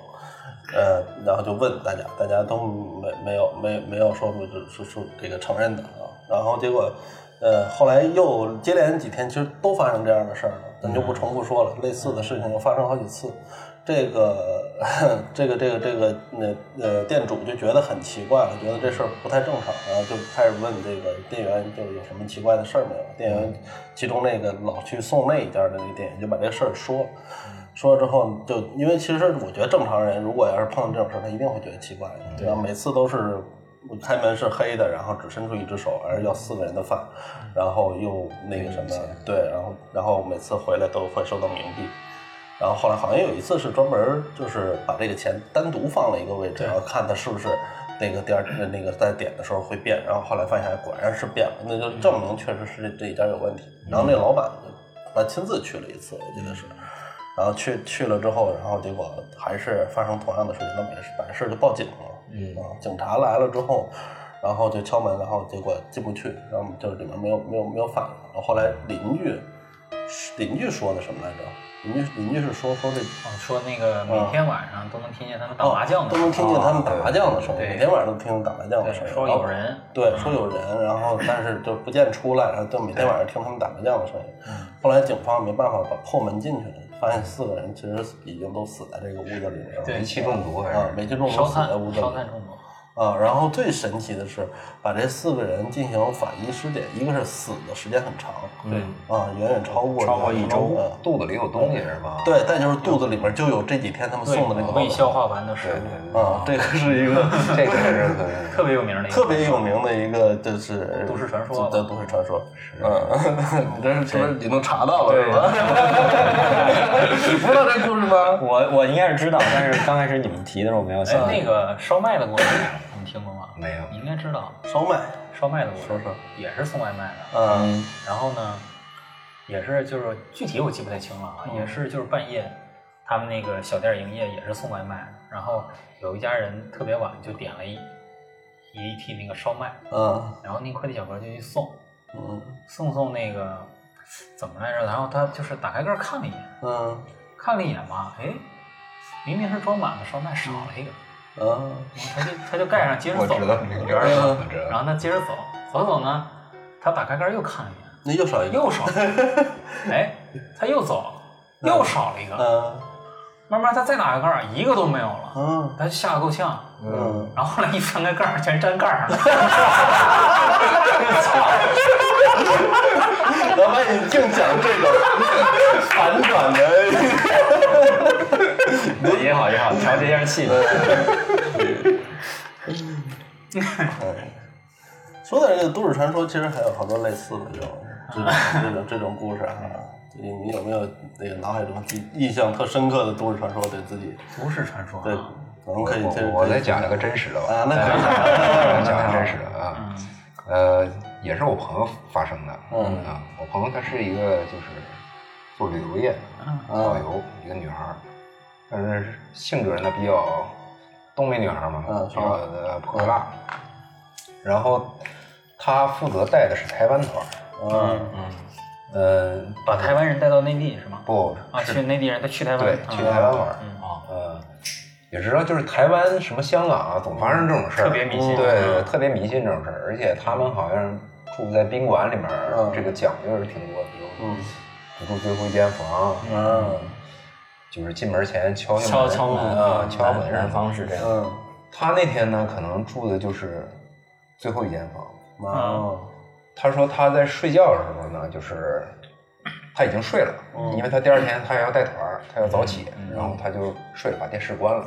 呃，然后就问大家，大家都没没有没没有说是是这个承认的啊，然后结果呃后来又接连几天，其实都发生这样的事儿了，咱就不重复说了，类似的事情又发生好几次。这个这个这个这个那呃店主就觉得很奇怪了，觉得这事儿不太正常，然后就开始问这个店员，就是有什么奇怪的事儿没有？店员其中那个老去送那一家的那个店员就把这个事儿说了，说了之后就因为其实我觉得正常人如果要是碰到这种事儿，他一定会觉得奇怪的，然后每次都是。开门是黑的，然后只伸出一只手，而要四个人的饭，然后又那个什么，对，然后然后每次回来都会收到冥币，然后后来好像有一次是专门儿就是把这个钱单独放了一个位置，然后看它是不是那个第二那个在点的时候会变，然后后来发现果然是变了，那就证明确实是这这一家有问题。然后那老板他亲自去了一次，我记得是，
嗯
然后去去了之后，然后结果还是发生同样的事情，那没事，把这事儿就报警了。嗯啊，警察来了之后，然后就敲门，然后结果进不去，然后就是里面没有没有没有反应。然后后来邻居是邻居说的什么来着？邻居邻居是说说这
哦，说那个每天晚上都能听见他们打麻将的
都
声
能
音，
听见他们打麻将的声音，
对
每天晚上都听见打麻将的声音。
对，说
然后
有人，
对，说有人，然后但是就不见出来，然后就每天晚上听他们打麻将的声音。
嗯
后来警方没办法把破门进去了，发现四个人其实已经都死在这个屋子里了。
对
煤气中毒还
啊，
是？
煤气中毒
烧
死
炭
在屋子里
烧。炭中毒，
啊，然后最神奇的是，把这四个人进行法医尸检，一个是死的时间很长，
嗯对，
啊，远远超过
超过一周
嗯，
肚子里有东西是吗？
对，再就是肚子里面就有这几天他们
对
送的那个
未
老
消化完的食
对
物，
啊，这
对对，
个是一 个
这个是可以。
特别有名的一个，
特别有名的一个就是
都市传说
对，都市传说，嗯，你这是是不是你能查到了 是吧？你知道这故事吗？
我我应该是知道，但是刚开始你们提的时候没有
哎
想，，
那个烧麦的故事你听过吗？
没有
你应该知道
烧麦，
烧麦的故事，
说说
也是送外卖的，
嗯
然后呢，也是就是具体我记不太清了啊，也是就是半夜，他们那个小店营业也是送外卖，然后有一家人特别晚就点了一一屉那个烧麦，
嗯
然后那快递小哥就去送，
嗯
送送那个怎么来着？然后他就是打开盖儿看了一眼，
嗯
看了一眼吧，哎，明明是装满了烧麦，少了一个，
嗯
然后他就他就盖上接着
我
走
知，道你嗯这儿我知
然
道。
后他接着走，走走呢，他打开盖儿又看了一眼。
那又少一个，
又少， 哎，他又走了，又少了一个，
嗯
慢慢他再打开盖儿，一个都没有了，
嗯
他吓得够呛。
嗯，
然后后来一翻开盖儿，全粘盖儿上了。
老板你净讲这种反转的，
也好也好，调节一下气氛。
说到这个都市传说，其实还有好多类似的这种这种这种这种故事啊。你你有没有那个脑海中记印象特深刻的都市传说对自己？
都市传说
对
啊，，
咱们可以这
我我再讲一个真实的吧。
啊，那可以
我讲个真
嗯
实的啊，呃，也是我朋友发生的。
嗯
啊，我朋友她是一个就是做旅游业的导
啊
游，一个女孩儿，但是性格呢比较东北女孩儿嘛，
嗯
比较的泼辣。然后她负责带的是台湾团儿，
嗯
嗯，
把台湾人带到内地是吗？
不
啊，
是
去内地人，他去台湾，
对，
嗯
去台湾玩儿。
嗯
啊
呃，也知道就是台湾什么香港啊，总发生这种事儿，
特别迷信
对对，特别迷信这种事儿，而且他们好像住在宾馆里面，
嗯
这个讲究是挺多的，比
嗯
如住最后一间房，
嗯
就是进门前敲一
敲敲门
啊，敲门
南
上。
方是这样，
嗯，
他那天呢，可能住的就是最后一间房。
妈哦，
他说他在睡觉的时候呢，就是他已经睡了，
哦
因为他第二天他还要带团儿，他要早起，
嗯
然后他就睡了，把电视关了。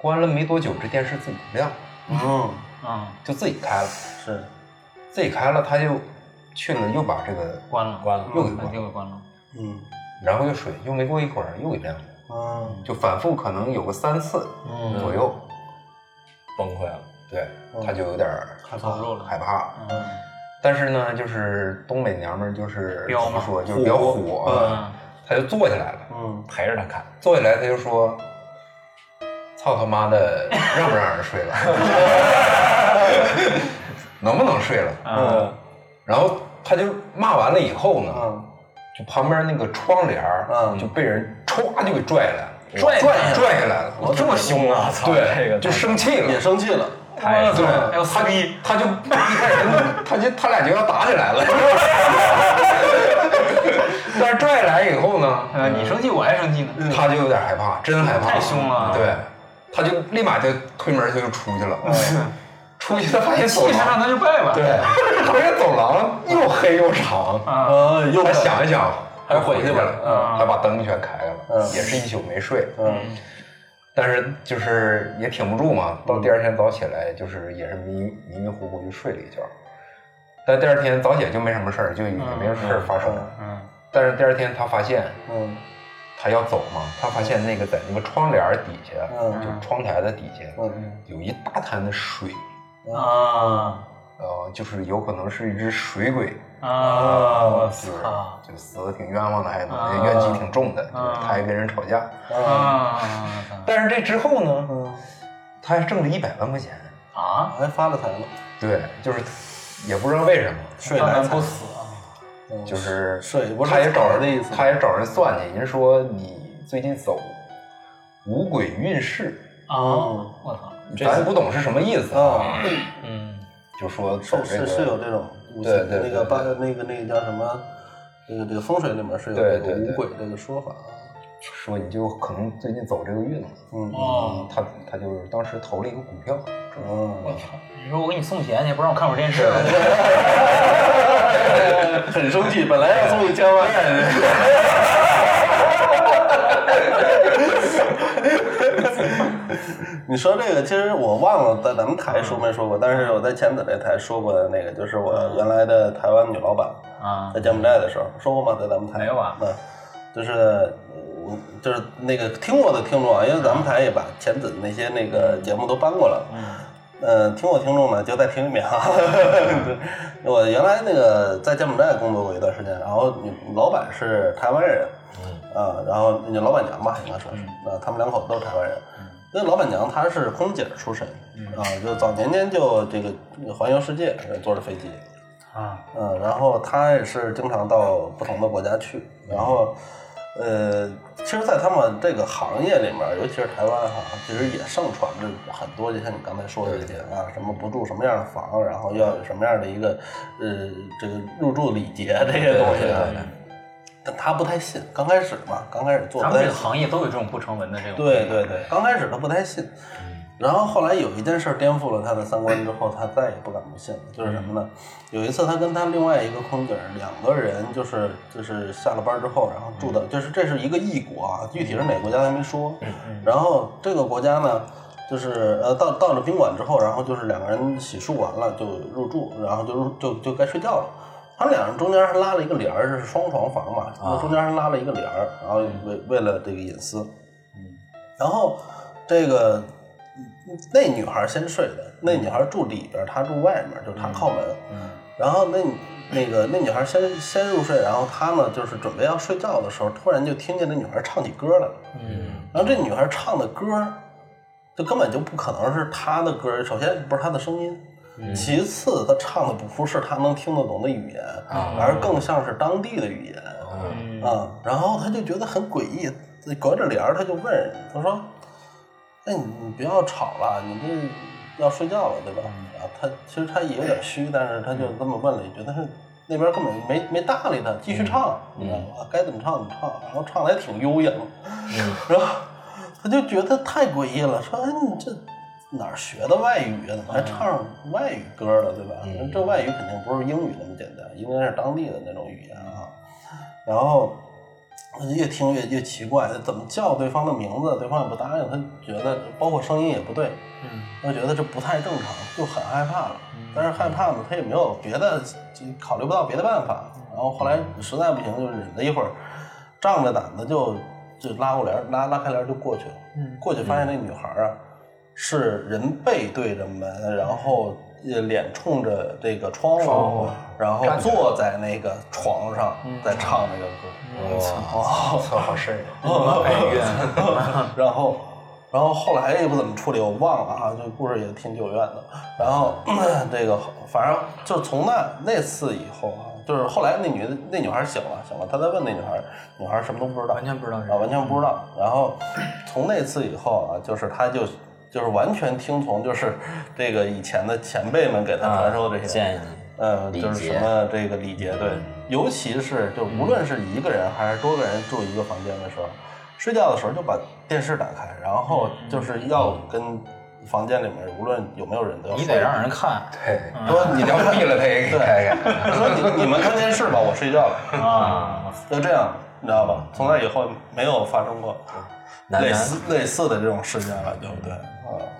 关了没多久，这电视自己不亮了，
嗯
嗯，
就自己开了，
是，
自己开了，他就去了，又把这个，
关了，关了
又给关了
又给关了。
嗯
然后又水，又没过一会儿又给亮了，
嗯
就反复可能有个三次嗯
嗯
左右，
崩溃了。
对，
嗯
他就有点儿
害怕了
害怕了。
嗯
但是呢，就是东北娘们儿就是
彪
怎么
嘛
说，就是比较
虎
虎啊，
嗯
他就坐起来了。
嗯
陪着他看，
坐下来他就说：“操他妈的，让不让人睡了？ 能不能睡了？”
嗯
然后他就骂完了以后呢，
嗯
就旁边那个窗帘儿
嗯
就被人歘就给拽来了，
拽
拽拽下来了，
我这么凶啊！操，这
对，
个
就生气了
也。生气了，
太
对，
还有撕逼，
他就一开始他就他俩就要打起 来了，但是拽下来以后呢，
呃，你生气我还生气呢。
他就有点害怕，真害怕，
太凶了
对，他就立马就推门，他就出去了。
嗯
出去，他发现走
气啥
廊，
那就拜吧。
嗯对，发现走廊 又黑又长。
啊，
嗯，又
他想一想，还回去
嗯
了，他把灯全开开了，也是一宿没睡。
嗯
但是就是也挺不住嘛，到第二天早起来，就是也是迷迷迷糊糊就睡了一觉。但第二天早起来就没什么事儿，就也没有事儿发生。
嗯，
但是第二天他发现，
嗯
他要走嘛，他发现那个在那个窗帘儿底下，
嗯
就是窗台的底下，
嗯
有一大滩的水，
啊
呃，就是有可能是一只水鬼，
啊，我
就是
操！
就死的挺冤枉的，还能、
啊
怨气挺重的，
啊
就是他还跟人吵架。
嗯
啊
但是这之后呢，他还挣了一百万块钱，
啊！
还发了财了，
对，就是也不知道为什么，
睡
当
来
然
财
不，死啊！
就是
水不是
他也找
草的意
人
思，
他也找人算计，人说你最近走五鬼运势，
啊，我操，
咱不懂是什么意思啊，
嗯，
就说走
是是
这个
是有这种五行
对对
那个
对
八
对
那个那个叫什么？那个这个风水里面是有这
对
个
对
五
对
鬼这个说法啊，
说你就可能最近走这个运了。
嗯，
哦，
他他就是当时投了一个股票，
嗯
我操，你说我给你送钱，你不让我看会儿电视，
很生气，本来要送一千万， 你说这个，其实我忘了在咱们台说没说过，但是我在千子这台说过的那个，就是我原来的台湾女老板，
啊
在柬埔寨的时候说过吗？在咱们台
没有啊
嗯，就是我就是那个听过的听众啊，因为咱们台也把前子那些那个节目都搬过来了。嗯。听过听众呢，就再听一遍哈。 对我原来那个在柬埔寨工作过一段时间，然后女老板是台湾人，
嗯
啊，然后那老板娘吧，应该说是，啊，他们两口子都是台湾人。
嗯
那老板娘她是空姐出身，啊，就早年间就这个环游世界，坐着飞机，
啊，
嗯，然后他也是经常到不同的国家去，然后，呃，其实，在他们这个行业里面，尤其是台湾哈，其实也盛传着很多，就像你刚才说的这些啊，什么不住什么样的房，然后要有什么样的一个，呃，这个入住礼节这些东西啊。但他不太信，刚开始嘛，刚开始做
咱
不
们
太
这
信
个。行业都有这种不成文的这种，嗯
对对对，刚开始他不太信，然后后来有一件事儿颠覆了他的三观之后，他再也不敢不信了。就是什么呢？
嗯
有一次他跟他另外一个空姐儿两个人，就是就是下了班之后，然后住
嗯
的，就是这是一个异国啊，具体是哪个国家他没说。
嗯
然后这个国家呢。就是呃，到到了宾馆之后，然后就是两个人洗漱完了就入住，然后就入就就该睡觉了。他们两人中间还拉了一个帘儿，这是双床房嘛，
啊
那中间还拉了一个帘儿，然后
嗯
为为了这个隐私，然后这个嗯那女孩先睡的，那女孩住里边，她住外面，就是她靠门。然后那那个那女孩先先入睡，然后她呢就是准备要睡觉的时候，突然就听见那女孩唱起歌来了。
嗯，
然后这女孩唱的歌儿，就根本就不可能是她的歌儿。首先不是她的声音，其次她唱的不是她能听得懂的语言，而更像是当地的语言。
嗯
嗯
啊，然后她就觉得很诡异，隔着帘儿她就问人，她说：“那、你你不要吵了，你这要睡觉了，对吧？”然后她其实她也有点虚，但是她就这么问了一句，但是。那边根本没没搭理她，继续唱，你知道吗？啊该怎么唱怎么唱，然后唱的还挺悠扬， 然后他就觉得太诡异了，说：“哎，你这哪儿学的外语啊？怎么还唱外语歌了，对吧？这外语肯定不是英语那么简单，应该是当地的那种语言啊。”然后他就越听越越奇怪，怎么叫对方的名字，对方也不答应，他觉得包括声音也不对，
嗯，
他觉得这不太正常，就很害怕了。但是害怕呢，他也没有别的，就考虑不到别的办法。然后后来实在不行，就忍了一会儿，仗着胆子就就拉过帘儿，拉拉开帘儿就过去了。
嗯
过去发现那女孩儿啊，是人背对着门，然后呃脸冲着这个窗户，然后坐在那个床上在唱那个歌。
我
哦，
操，好
嗯
事儿！
哎
然后，然后后来也不怎么处理，我忘了啊，这故事也挺久远的。然后 这个，反正就从那那次以后啊，就是后来那女的那女孩醒了，醒了，她在问那女孩，女孩什么都不知道，
完全不知道是
啊，完全不知道。然后从那次以后啊，就是她就就是完全听从，就是这个以前的前辈们给她传授这些
啊建议
呃，就是什么这个礼节，对，
嗯
尤其是就无论是一个人还是多个人住一个房间的时候，睡觉的时候就把电视打开，然
嗯
后就是要跟房间里面无论有没有人都要
你
说
得让人看
对，
说你
你
聊
要闭了他也给开开。
说你你们看电视吧，我睡觉了，
啊，
就这样，你知道吧？从那以后没有发生过
嗯
男
类
男
似类似的这种事件了，对不对？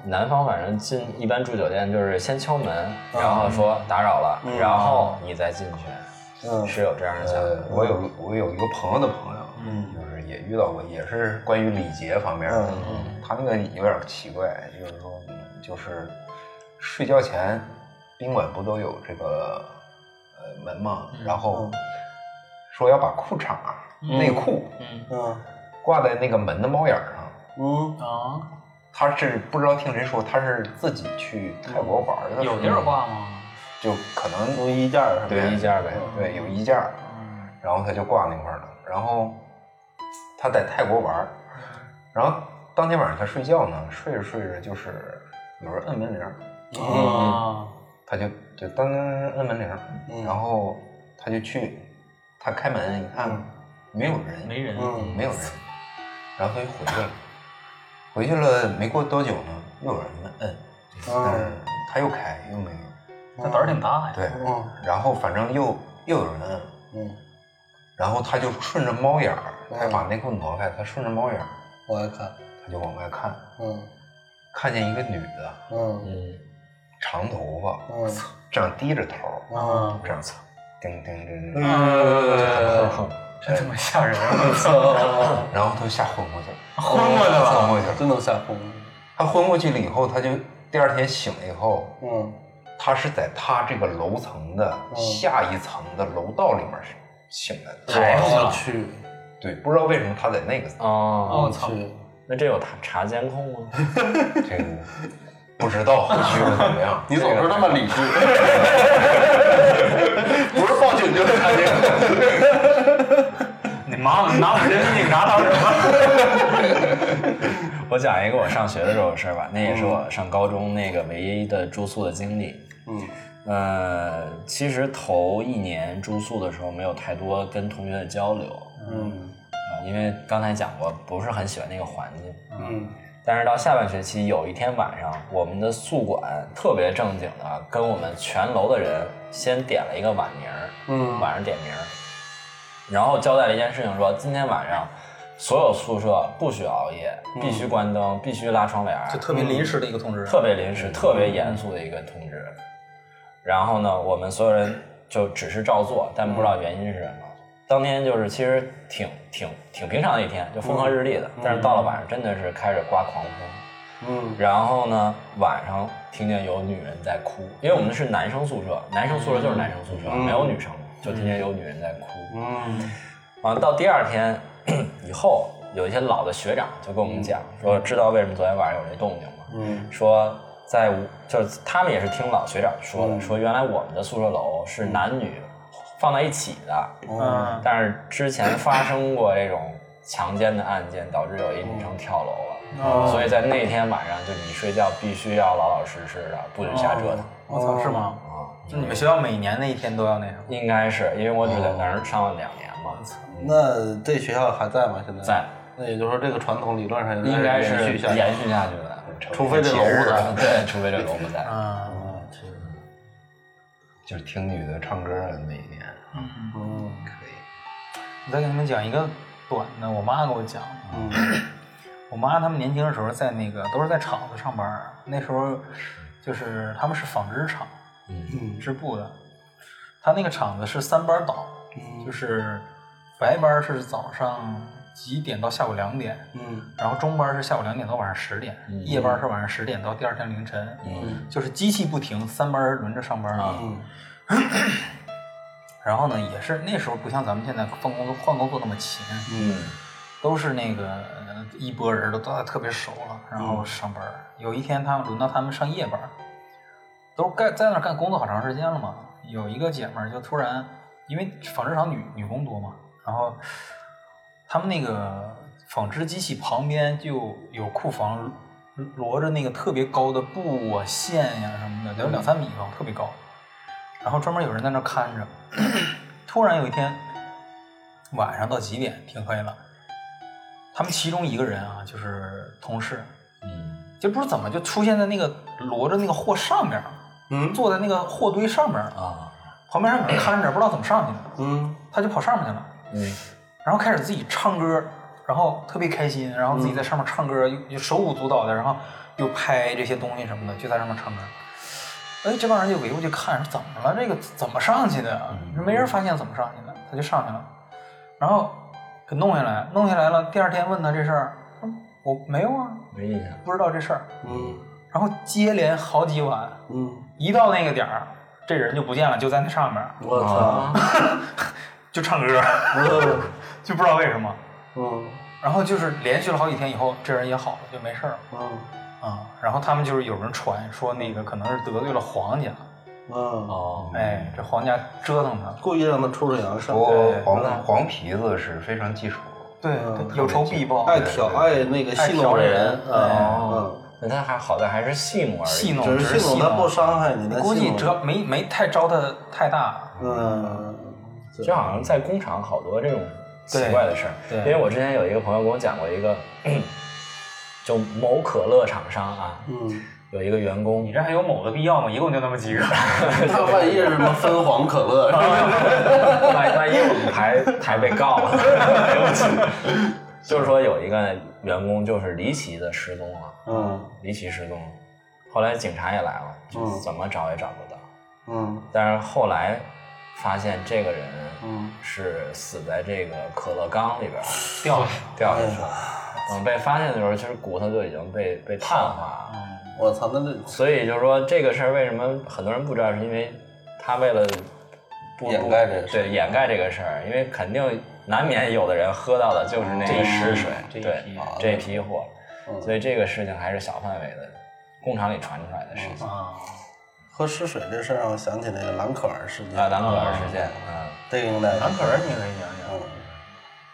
南方反正进一般住酒店就是先敲门，然后说打扰了，然后你再进去，
嗯
是有这样的讲
呃
法，。
我有我有一个朋友的朋友，嗯，就是也遇到过，也是关于礼节方面的。
嗯
他那个有点奇怪，就是说，嗯就是睡觉前，宾馆不都有这个呃门嘛，
嗯
然后说要把裤衩、内裤
嗯
嗯
挂在那个门的猫眼儿上。
嗯
啊，
他是不知道听谁说，他是自己去泰国嗯玩儿的，
有地儿，挂吗？
就可能
用衣架什么的，
对
衣架呗
对，有衣架儿，然后他就挂那块儿了。然后他在泰国玩儿，然后当天晚上他睡觉呢，睡着睡着就是有人摁门铃儿，
啊，
他就就当摁门铃儿，
嗯
然后他就去，他开门一看、嗯没有人，
没人，
嗯
没有人，然后他就回去了，回去了没过多久呢，又有人摁，
啊
但是他又开又没有，
他胆儿挺大呀。
对，
嗯
然后反正又又有人摁，
嗯，
然后他就顺着猫眼儿，
嗯
他把内裤挪开，他顺着猫眼儿，
我爱看，
他就往外看，
嗯
看见一个女的，
嗯
长头发，
嗯
这样低着头，
嗯，
这样子，叮叮叮叮，
呃，真他妈吓人！啊我操，
然后他就吓昏过去了，
昏过去
昏
了。
过去了。
嗯真能吓疯，
他昏过去了以后，他就第二天醒了以后，
嗯
他是在他这个楼层的
嗯
下一层的楼道里面醒来的。
抬出去了
去
对，不知道为什么他在那个
哦，
我操，
去，
那这有查查监 控吗？
这个不知道后续会怎么样。
你总是那么理 智，不是报警就是看这个，
你拿拿我这警察当什么？
我讲一个我上学的时候的事儿吧，那也是我上高中那个唯一的住宿的经历。
嗯
呃，其实头一年住宿的时候没有太多跟同学的交流
嗯
啊、因为刚才讲过，不是很喜欢那个环境。啊
嗯
但是到下半学期有一天晚上，我们的宿管特别正经的跟我们全楼的人先点了一个晚名儿，
嗯
晚上点名儿，然后交代了一件事情说，今天晚上所有宿舍不许熬夜，必须关灯，必须拉窗帘儿，
就特别
嗯
临时的一个通知，
特别临时、特别严肃的一个通知。然后呢，我们所有人就只是照做，但不知道原因是什么。当天就是其实挺挺挺平常的一天，就风和日丽的，但是到了晚上真的是开始刮狂风。
嗯
然后呢，晚上听见有女人在哭，因为我们是男生宿舍，男生宿舍就是男生宿舍，没有女生，就听见有女人在哭。
嗯
完了到第二天 以后，有一些老的学长就跟我们讲说，知道为什么昨天晚上有这动静吗？
嗯
说在我就是他们也是听老学长说
嗯
的，说原来我们的宿舍楼是男女放在一起的，
哦
嗯，
但是之前发生过这种强奸的案件，导致有一女生跳楼了。
哦
所以在那天晚上，就你睡觉必须要老老实实的，不许瞎折腾
哦
我操，是吗？
啊！
就你们学校每年那一天都要那样。
应该是因为我只
哦
在那儿上了两年嘛，
那这学校还在吗？现在
在。
那也就是说，这个传统理论上
应该是
延续下去，
延续下去的，
除非这
节
楼不
日
在。
啊 对，除非这楼不在。
嗯，
啊这个
就是听女的唱歌的那一年，
嗯
可以。
我再给你们讲一个短的，我妈给我讲的。
嗯
我妈他们年轻的时候在那个都是在厂子上班儿，那时候就是他们是纺织厂，
嗯
织布的。他那个厂子是三班倒，
嗯
就是白班是早上几点到下午两点，
嗯
然后中班是下午两点到晚上十点，夜班是晚上十点到第二天凌晨。
嗯
就是机器不停，三班轮着上班
啊
嗯
然后呢，也是那时候不像咱们现在换工作换工作那么勤，
嗯
都是那个呃一拨人都都特别熟了，然后上班儿。有一天他们轮到他们上夜班儿，都干在那儿干工作好长时间了嘛。有一个姐们儿就突然，因为纺织厂女女工多嘛，然后他们那个纺织机器旁边就有库房摞着那个特别高的布啊、线呀、什么的，得有两三米高，特别高。然后专门有人在那儿看着。突然有一天晚上到几点，天黑了，他们其中一个人啊，就是同事，
嗯
就不知怎么就出现在那个摞着那个货上面了，
嗯
坐在那个货堆上面了，
啊，
旁边还有人看着，不知道怎么上去的，
嗯
他就跑上面去了，
嗯
然后开始自己唱歌，然后特别开心，然后自己在上面唱歌，又又手舞足蹈的，然后又拍这些东西什么的，就在上面唱歌。哎，这帮人就围过去看，说怎么了？这个怎么上去的呀？没人发现怎么上去的，他就上去了，然后给弄下来，弄下来了。第二天问他这事儿，他说我没有啊，
没印象。
不知道这事儿。
嗯
然后接连好几晚，
嗯，
一到那个点儿，这人就不见了，就在那上面儿
我操，
就唱歌， 就不知道为什么。
嗯
然后就是连续了好几天以后，这人也好了，就没事儿了
嗯
啊、然后他们就是有人传说那个可能是得罪了皇家，
嗯，
哦，
哎，这皇家折腾他，
故意让他出出洋相，
说
对
黄黄皮子是非常忌手，
对
嗯
有仇必报，
爱挑爱那个戏弄人，嗯
哦，那他还好在还是戏弄而已，
戏
哦
嗯，
弄
只是
是
戏
戏
弄他不
弄，
伤害
哎
你，但
估
戏
计
弄
折没没太招他太大，
嗯，对
就好像在工厂好多这种奇怪的事儿。
对
因
对
为我之前有一个朋友跟我讲过一个， 就某可乐厂商啊，
嗯，
有一个员
你
工，
这还有某的必要吗？一共就那么几个，
他万一是什么分黄可 乐，
啊
万万一我们牌牌被告了， 对不起就是说有一个员工就是离奇的失踪了，
嗯
离奇失踪了，后来警察也来了，就
嗯
怎么找也找不到，
嗯
但是后来发现这个人
嗯，
是死在这个可乐缸里边儿。
掉了。
掉下去了。嗯，被发现的时候，其实骨头就已经被被碳化了。
我操，那这
所以就是说，这个事儿为什么很多人不知道，是因为他为了不
掩盖这个事儿
对掩盖这个事儿，因为肯定难免有的人喝到的就是那
这一
个
批
尸水，
这一
对
批
这一批货，
嗯
所以这个事情还是小范围的工厂里传出来的事情
啊，
喝湿水这事儿让我想起那个蓝可儿事件
啊，兰可儿事件啊，
这个应该
蓝可儿你也可以讲讲。
嗯，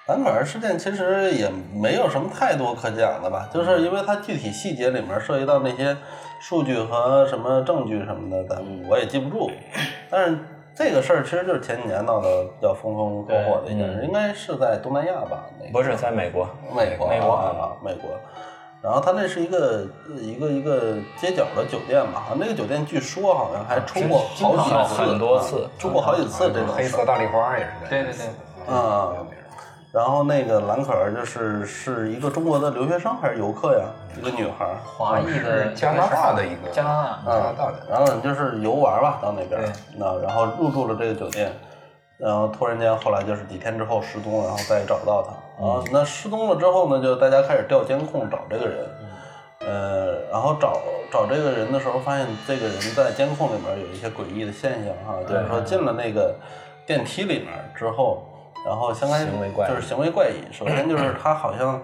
蓝可儿事件其实也没有什么太多可讲的吧，就是因为它具体细节里面涉及到那些数据和什么证据什么的，咱们我也记不住。但是这个事儿其实就是前几年闹得比较风风火火的一件事，
对嗯
应该是在东南亚吧？那个
嗯不是在美国，
美国，
美国
啊，美国。然后它那是一个呃一个一个街角的酒店吧，好像那个酒店据说好像还出过好几
啊经常
次，
很多次
啊出过好几次这种
黑
事
色
儿。
大丽花也是在
对对啊对，
啊
嗯然后那个兰可儿就是是一个中国的留学生还是游客呀，一个女孩儿。
华
嗯
裔的
是加拿大的一个
加拿大
加拿大的
然后就是游玩吧，到那边儿，那然后入住了这个酒店，然后突然间后来就是几天之后失踪，然后再也找不到他。
嗯
然后那失踪了之后呢，就大家开始调监控找这个人，
嗯
呃，然后找找这个人的时候，发现这个人在监控里面有一些诡异的现象哈，就是说进了那个电梯里面之后，然后先开始
行为怪异
就是行为怪异，首先就是他好像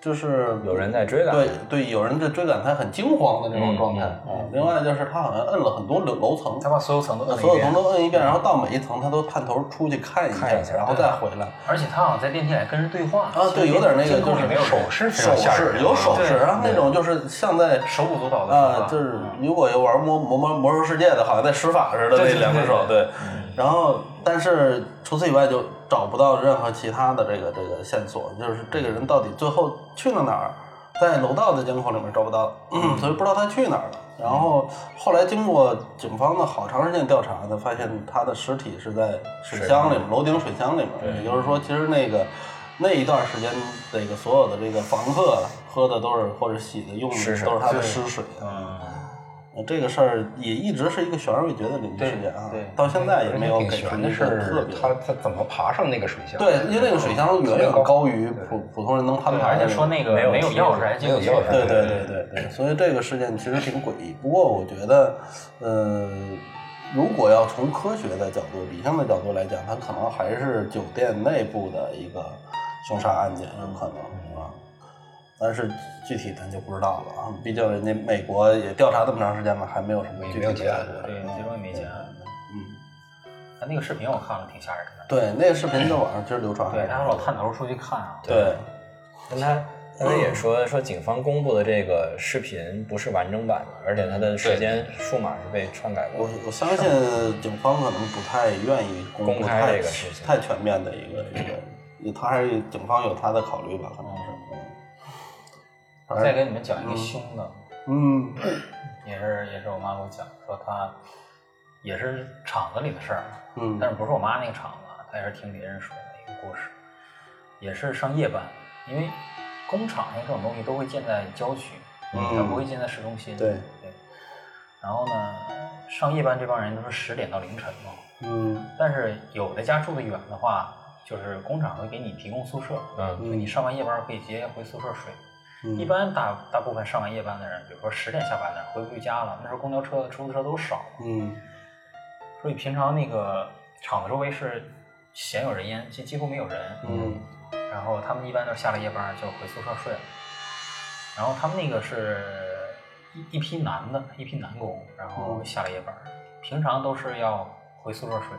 就是
有人在
啊
追赶
对对，有人在追赶他，很惊慌的那种状态啊。另外就是他好像摁了很多楼楼层，
嗯他把所有层都摁了
所
一
有
遍，
层
嗯
都摁一遍，然后到每一层他都探头出去看一下，
看一下
然后再回来。
而且他好像在电梯里跟人对话
啊，对，有点那个
啊监
就
控里
是
没有人
手势非
手
常吓
势
人，
有手势啊，那种就是像在
手舞足蹈的
啊，就是如果有玩魔魔魔魔兽世界的，好像在施法似的
对对
那两个
对
手，
对
对。然后，但是除此以外就找不到任何其他的这个这个线索，就是这个人到底最后去了哪儿，在楼道的监控里面找不到，嗯所以不知道他去哪儿了。然后后来经过警方的好长时间调查，才发现他的尸体是在水箱里面，楼顶水箱里面。也就是说，其实那个。那一段时间，这个所有的这个房客喝的都是或者洗的用的
是是
都是嗯他的尸水，啊
嗯
呃这个事儿也一直是一个悬而未决的灵异事件啊，
对对
到现在也没有
挺
给出
悬
一
的
个特
是
别。
他他怎么爬上那个水箱？
对，因为那个水箱远远高于普普通人能攀
对，
爬
而且
的那
说
种。
那个
没有
没有
梯
钥匙
子
还进
没有
不去
钥匙
对对对对对，所以这个事件其实挺诡异。不过我觉得，呃，如果要从科学的角度、理性的角度来讲，它可能还是酒店内部的一个凶杀案件，有可能啊。但是具体咱就不知道了啊，毕竟人家美国也调查这么长时间了，还没有什么
没
具
没有
体
结
的
案
结果啊
对，最终也没结案。
嗯。
他那个视频我看了，挺吓人的。
对，那个视频在网上其实流传
对，他老探头出去看啊。
对，
但他刚才也说说警方公布的这个视频不是完整版的，而且它的时间数码是被篡改过
我
的。
我相信警方可能不太愿意公布
公开
太
这个事情
太全面的一个一个，他还是警方有他的考虑吧，可能是。
我再给你们讲一个凶的，
嗯
也是也是我妈给我讲，说她也是厂子里的事儿，
嗯
但是不是我妈那个厂子啊，她也是听别人说的一个故事，也是上夜班，因为工厂像这种东西都会建在郊区，
嗯
它不会建在市中心。
对
对。然后呢，上夜班这帮人都是十点到凌晨嘛，
嗯
但是有的家住得远的话，就是工厂会给你提供宿舍，
嗯，
所以你上完夜班可以直接回宿舍睡。
嗯，
一般大大部分上完夜班的人，比如说十点下班的人回不去家了，那时候公交车、出租车都少，
嗯
所以平常那个厂子周围是鲜有人烟，几几乎没有人。
嗯
然后他们一般都是下了夜班就回宿舍睡了。然后他们那个是一一批男的，一批男工，然后下了夜班，平常都是要回宿舍睡。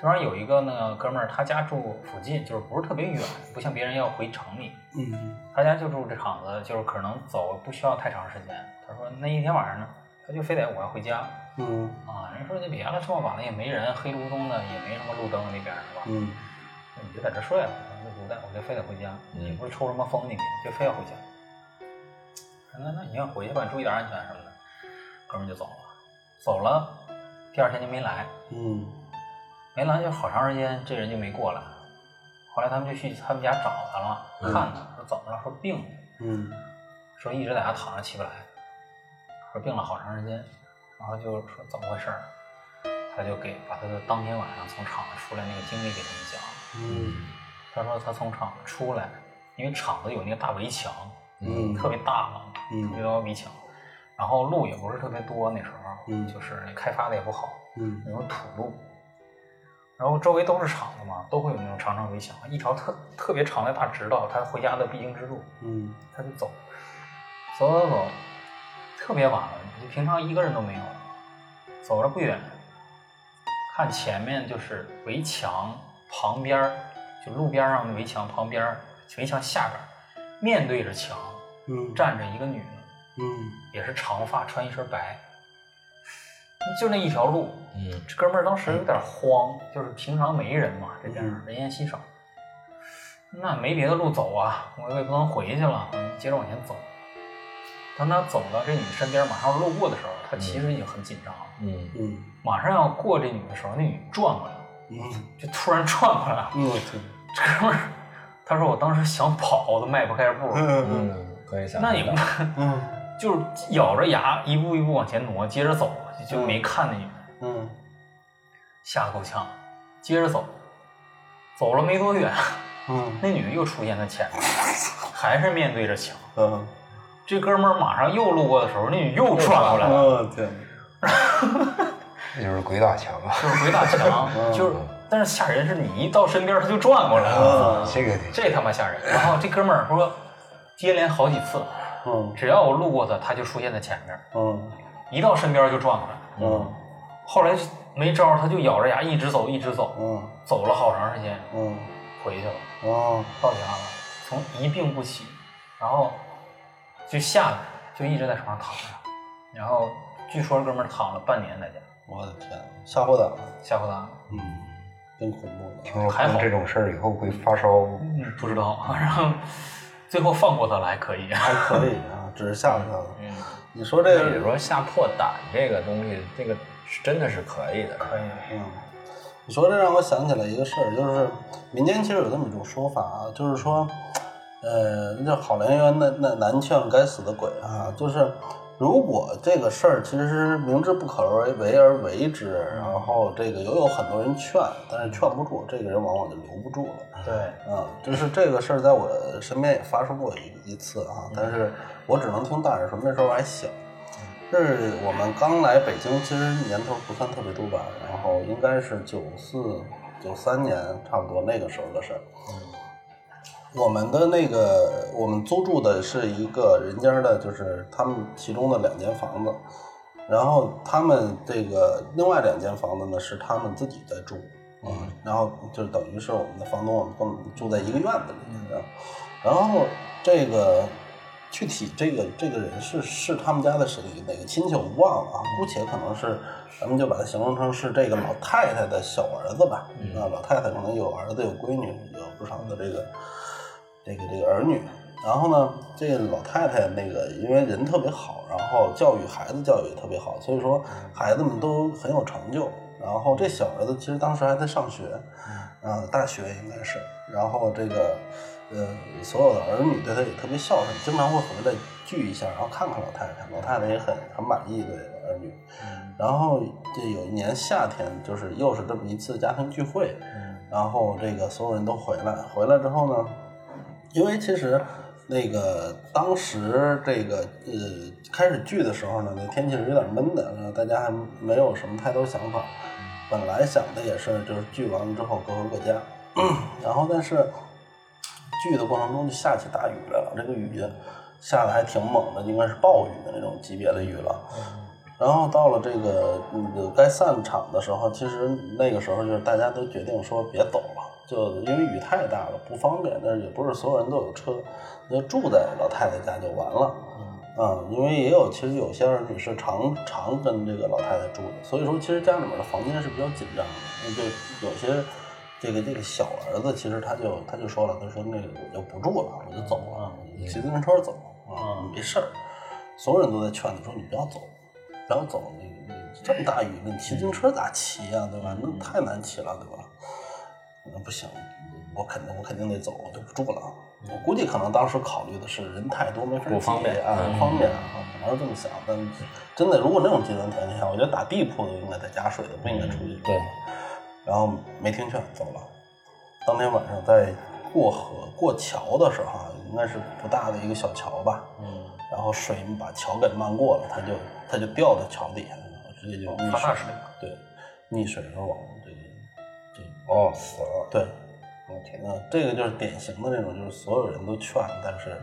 这玩意儿有一个那哥们儿，他家住附近，就是不是特别远，不像别人要回城里，
嗯，
他家就住这厂子，就是可能走不需要太长时间。他说那一天晚上呢，他就非得我要回家
嗯，
啊。人说你别了，这么晚了也没人，黑咕咚的也没什么路灯那边是吧？
嗯，
那你就在这睡吧，那不在，我就非得回家，也不是抽什么风你就非要回家。那那你要回去吧，注意点安全什么的。哥们儿就走了，走了，第二天就没来，
嗯，
没来就好长时间，这人就没过来。后来他们就去他们家找他了，看他说怎么了，说病了，
嗯，
说一直在家躺着起不来，说病了好长时间，然后就说怎么回事儿，他就给把他的当天晚上从厂子出来那个经历给他们讲了。
嗯，
他说他从厂子出来，因为厂子有那个大围墙，
嗯
特别大嘛，
嗯
特别高围墙，然后路也不是特别多，那时候，
嗯
就是开发的也不好，
嗯，
那种土路，然后周围都是厂子嘛，都会有那种长长围墙，一条特特别长的大直道，他回家的必经之路，
嗯，
他就走，走走走，特别晚了，就平常一个人都没有了。走了不远，看前面就是围墙旁边儿，就路边儿上的围墙旁边儿，围墙下边儿，面对着墙
嗯，
站着一个女的，
嗯，
也是长发，穿一身白，就那一条路，
嗯，
这哥们儿当时有点慌，就是平常没人嘛，这边
嗯
人烟稀少，那没别的路走啊，我也不能回去了，我接着往前走。当他走到这女身边，马上路过的时候，他其实已经很紧张了。
嗯
嗯，
马上要过这女的时候，那女转过来了，
嗯，
就突然转过来了。
嗯，我操，
这哥们儿，他说我当时想跑，都迈不开 步，
嗯，
嗯，可以想
那
象
也不
到，
嗯，
就是咬着牙一步一步往前挪，接着走，啊就就
嗯
没看那女的。
嗯，
吓够呛，接着走，走了没多远，
嗯，
那女的又出现在前面，还是面对着墙。
嗯，
这哥们儿马上又路过的时候，那女又转过来了，
我天，
这就是鬼打墙啊！
就是鬼打墙，就是，但是吓人是你一到身边，他就转过来
嗯
了，
这个得
这他妈吓人。然后这哥们儿说，接连好几次，
嗯，
只要我路过他，他就出现在前面，
嗯，
一到身边就转过来。
嗯，
后来就没招儿，他就咬着牙一直走，一直走，
嗯，
走了好长时间，
嗯，
回去了。
哦，
到家了，从一病不起，然后就下来，就一直在床上躺着，然后据说哥们儿躺了半年在家，
我的天，吓破胆了，
吓唬他，
嗯，真恐怖
听说干这种事儿以后会发烧，
嗯，不知道，然后最后放过他了，还可以，
还可以啊，只是吓唬吓唬。
嗯，
你说这
所以
个，
说吓破胆这个东西，这个是真的是可以的，
可以，
嗯，你说这让我想起来一个事儿，就是民间其实有这么一种说法啊，就是说，呃，那好良缘难难难劝该死的鬼啊，就是如果这个事儿其实是明知不可为为而为之，然后这个也有很多人劝，但是劝不住，这个人往往就留不住了。
对，
啊，就是这个事儿，在我身边也发生过一一次啊，但是我只能听大人说，那时候我还小。是我们刚来北京，其实年头不算特别多吧，然后应该是九四、九三年差不多那个时候的事儿。我们的那个，我们租住的是一个人家的，就是他们其中的两间房子，然后他们这个另外两间房子呢是他们自己在住，嗯，然后就等于是我们的房东，我们跟我们住在一个院子里面，然后这个具体这个这个人是是他们家的谁哪个亲戚我忘了啊，姑且可能是咱们就把它形容成是这个老太太的小儿子吧，啊，老太太可能有儿子有闺女，有不少的这个这个这个儿女。然后呢，这个老太太那个因为人特别好，然后教育孩子教育也特别好，所以说孩子们都很有成就。然后这小儿子其实当时还在上学，啊，大学应该是。然后这个呃，所有的儿女对他也特别孝顺，经常会回来聚一下，然后看看老太太，老太太也很很满意对儿女。然后这有一年夏天，就是又是这么一次家庭聚会，然后这个所有人都回来，回来之后呢，因为其实那个当时这个呃开始聚的时候呢，那天气是有点闷的，然后大家还没有什么太多想法，本来想的也是就是聚完了之后各回各家， 然后但是聚的过程中就下起大雨来了，这个雨下的还挺猛的，应该是暴雨的那种级别的雨了。然后到了这个嗯该散场的时候，其实那个时候就是大家都决定说别走了，就因为雨太大了不方便，但是也不是所有人都有车，就住在老太太家就完了。啊、因为也有，其实有些儿女是常常跟这个老太太住的，所以说其实家里面的房间是比较紧张的。那就有些这个这个小儿子，其实他就他就说了，他说那个我就不住了，我就走了，我骑自行车走啊，没事儿。所有人都在劝他说你不要走，不要走，那个那个这么大雨，你骑自行车咋骑呀、对吧？那太难骑了，对吧？那不行，我肯定我肯定得走，我就不住了。我估计可能当时考虑的是人太多没法不方便啊，不方便啊，可能是这么想。但真的，如果那种极端条件下，我觉得打地铺的应该在家睡的，不应该出去。
对，
然后没听劝走了。当天晚上在过河过桥的时候啊，应该是不大的一个小桥吧，嗯，然后水把桥给漫过了，他就他就掉到桥底下了，然后直接就溺
发
水
大水了，
对，溺水而亡，这个这个
哦，死了，
对，
我天
那这个就是典型的那种，就是所有人都劝，但是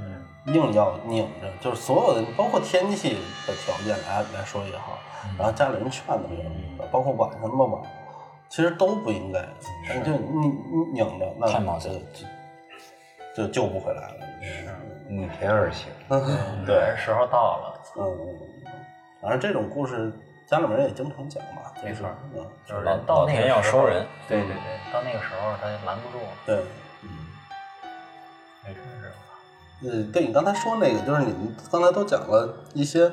硬要拧着，就是所有的，包括天气的条件来来说也好，然后家里人劝的这种，包括晚上那么晚，其实都不应该，但就你你拧着，那
太冒险
就就就救不回来了。
逆天而行，
对，时候到了，
嗯，反正这种故事家里面人也经常讲嘛，
没
就是
错
嗯，
就是
老
人到
老
那
田
个
要
时
收
候
人，
对对对，到那个时候他就拦不住了，
对。嗯
没事是吧？
呃，对你刚才说那个，就是你们刚才都讲了一些，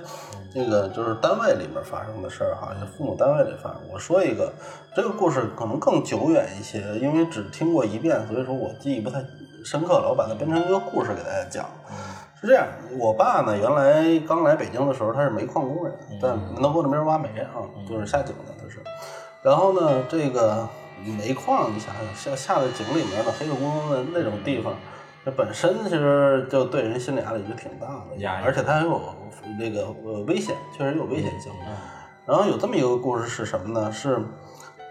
那个就是单位里面发生的事儿哈，就父母单位里发生。我说一个，这个故事可能更久远一些，因为只听过一遍，所以说我记忆不太深刻了。我把它变成一个故事给大家讲。是这样，我爸呢，原来刚来北京的时候，他是煤矿工人，
嗯
在门头沟那边挖煤啊，就是下井的，他是。然后呢，这个煤矿，你想想，下下在井里面的黑咕隆的那种地方，这本身其实就对人心理压力就挺大的，
压抑
而且它还有那个呃危险，确实有危险
嗯
性。然后有这么一个故事是什么呢？是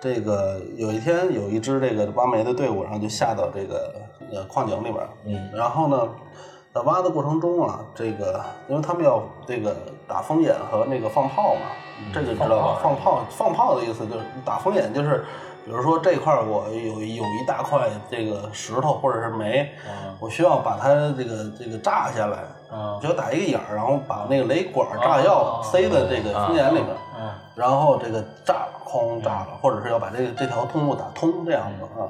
这个有一天有一支这个挖煤的队伍，然后就下到这个呃矿井里边，嗯，然后呢，在挖的过程中啊，这个因为他们要这个打风眼和那个放炮嘛，这个知道吧？嗯放炮放炮的意思就是打风眼就是。比如说这块儿我有有一大块这个石头或者是煤，我需要把它这个这个炸下来，只要打一个眼儿，然后把那个雷管儿炸药塞在这个风眼里面，然后这个炸了，空炸了，或者是要把这个这条通路打通这样子啊。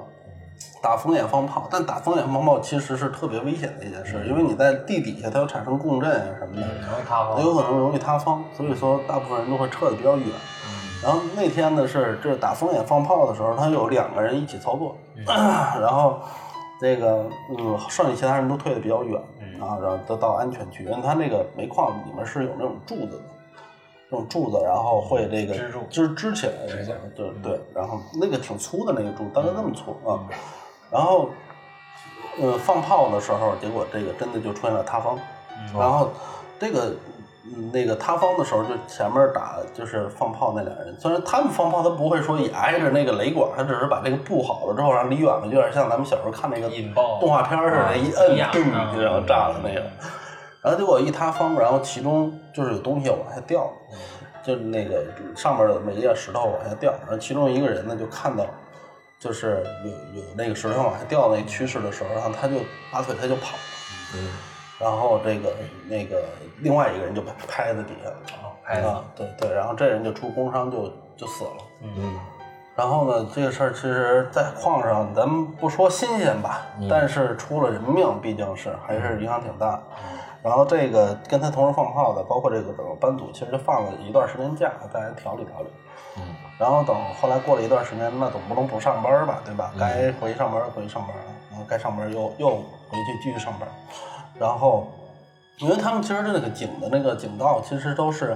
打风眼放炮，但打风眼放炮其实是特别危险的一件事，因为你在地底下它要产生共振啊什么的，
嗯
容易塌方，
有可能容易塌方，所以说大部分人都会撤的比较远。然后那天呢是就是打风眼放炮的时候，他有两个人一起操作， 然后这个嗯剩下其他人都退的比较远啊，然后都到安全区，因为他那个煤矿里面是有那种柱子的。这种柱子，然后会这个支柱支支起来嗯的，对对，然后那个挺粗的那个柱，大概那么粗啊。然后，呃，放炮的时候，结果这个真的就出现了塌方。然后这个嗯那个塌方的时候，就前面打就是放炮那俩人，虽然他们放炮，他不会说也挨着那个雷管，他只是把这个布好了之后，然后离远了，有点像咱们小时候看那个
引爆
动画片儿似的，一摁
呀
咚
嗯
就然后炸了那个。然后结果一塌方，然后其中就是有东西往下掉了，就那个上面的每一个石头往下掉，然后其中一个人呢就看到，就是有有那个石头往下掉那个趋势的时候，然后他就拔腿他就跑了，然后这个那个另外一个人就把他拍在底下了，
拍
啊，对对，然后这人就出工伤就就死了，嗯。然后呢，这个事儿其实，在矿上咱们不说新鲜吧，但是出了人命，毕竟是还是影响挺大的。然后这个跟他同时放炮的，包括这个整个班组，其实就放了一段时间假，大家调理调理。嗯。然后等后来过了一段时间，那总不能不上班吧，对吧？该回上班回上班了，然后该呃上班又又回去继续上班。然后，呃因为他们其实那个井的那个井道其实都是，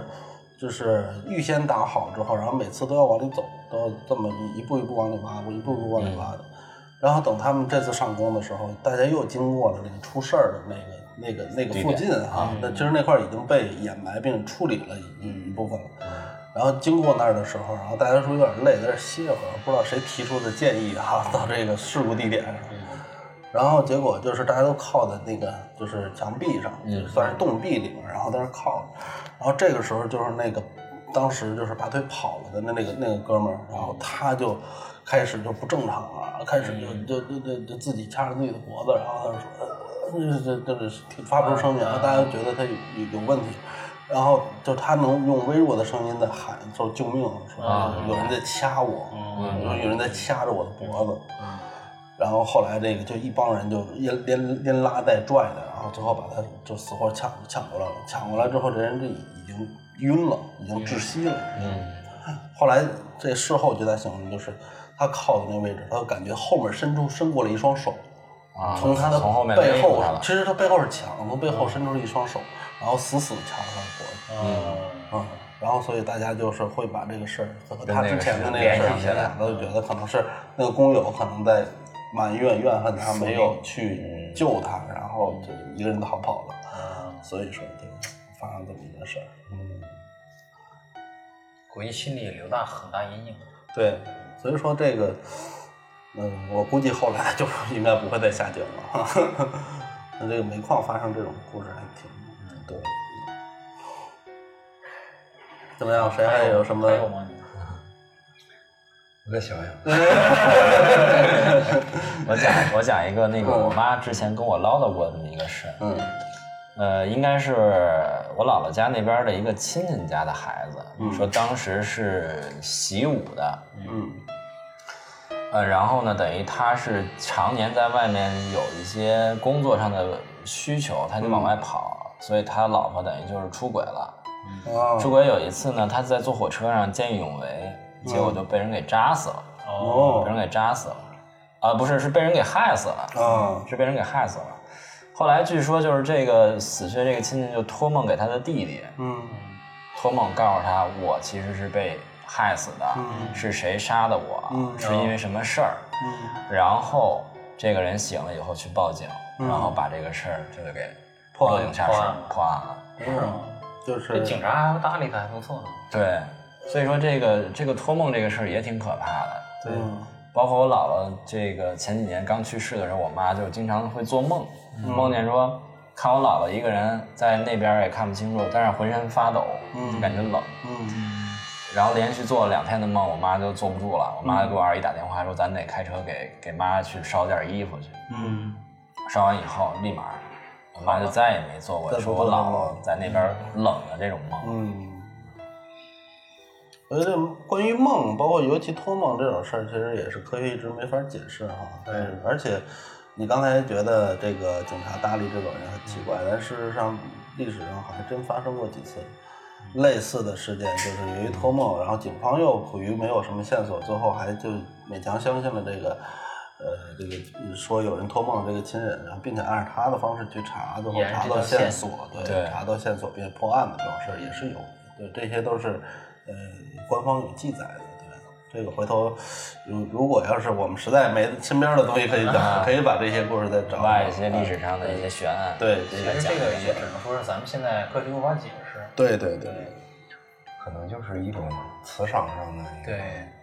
就是预先打好之后，然后每次都要往里走，都要这么一一步一步往里挖，一步一步往里挖的。然后等他们这次上工的时候，大家又经过了那个出事儿的那个那个那个附近哈、那其实那块儿已经被掩埋并处理了一一一部分了。然后经过那儿的时候，然后大家说有点累，在这儿歇会儿，不知道谁提出的建议哈、到这个事故地点上。然后结果就是大家都靠在那个就是墙壁上，就算是洞壁里面，然后在那儿靠着。然后这个时候就是那个当时就是拔腿跑了的那那个那个哥们儿，然后他就开始就不正常了，开始就就就就就自己掐着自己的脖子，然后他就说，呃这这这是挺发出声音，然后大家觉得他有有有问题，然后就他能用微弱的声音在喊说救命，说有人在掐我，
嗯
说有人在掐着我的脖子，然后后来这个就一帮人就一连连拉带拽的，然后最后把他就死活抢抢过来了。抢过来之后，这人就已已经晕了，已经窒息了。嗯。 后来这事后就在形容，就是他靠的那位置，他感觉后面伸出伸过来一双手，
啊，
从他的
从后面
背
勒
后啊
过来，了
其实他背后是墙，从背后伸出一双手，然后死死掐着他的脖子。嗯。啊。然后，所以大家就是会把这个事儿和他之前的那个事儿联想
嗯
到，就觉得可能是那个工友可能在埋怨怨恨他没
嗯
有去救他，然后就一个人逃跑了。所以说，就发生这么一件事儿。
估计心里留下很大阴影。
对，所以说这个，嗯，我估计后来就应该不会再下井了。 那这个煤矿发生这种故事还挺挺多的。怎么样？谁还有什么？
还有吗？
我再想想，
我 讲我讲一个那个我妈之前跟我唠叨过这么一个事，
嗯
呃，应该是我姥姥家那边的一个亲戚家的孩子，说当时是习武的，
嗯
呃，然后呢，等于他是常年在外面有一些工作上的需求，他就
嗯
往外跑，所以他老婆等于就是出轨了。
啊
出轨有一次呢，他在坐火车上见义勇为，结果就被人给扎死了，被人
嗯哦
给扎死了，啊、不是，是被人给害死了。
啊
是被人给害死了。后来据说就是这个死去的这个亲戚就托梦给他的弟弟，
嗯
托梦告诉他我其实是被害死的，是谁杀的我，
嗯
是因为什么事儿。
嗯，
然后这个人醒了以后去报警，然后把这个事儿就给
破案
落井下石
破案
破案了。
嗯就是
这警察还会搭理他，还不错呢。
对，所以说这个这个托梦这个事儿也挺可怕的。对
嗯
包括我姥姥这个前几年刚去世的时候，我妈就经常会做梦，梦见说看我姥姥一个人在那边也看不清楚，但是浑身发抖，就感觉冷。
嗯
然后连续做了两天的梦，我妈就坐不住了，我妈就给我二姨打电话说，咱得开车给给妈去烧件衣服去。
嗯
烧完以后，立马我妈就再也没做过
再不
说我
做梦
姥姥在那边冷的这种梦。
嗯。我觉得关于梦，包括尤其托梦这种事儿，其实也是科学一直没法解释哈。对，而且你刚才觉得这个警察搭理这种人很奇怪，但事实上历史上好像真发生过几次类似的事件，就是由于托梦，然后警方又苦于没有什么线索，最后还就勉强相信了这个。呃，这个说有人托梦这个亲人，然后并且按照他的方式去查，最后
沿着
查
这
到
条
线
线
索，对，
对
查到线索并破案的这种事儿也是有的，对，这些都是呃官方有记载的，对。这个回头如如果要是我们实在没身边的东西可以讲，可以把这些故事再找
啊挖
来
一些历史上的一些悬案，
嗯对
其实这个也只能说是咱们现在科学无法解释。
对对对
可能就是一种磁场上的一个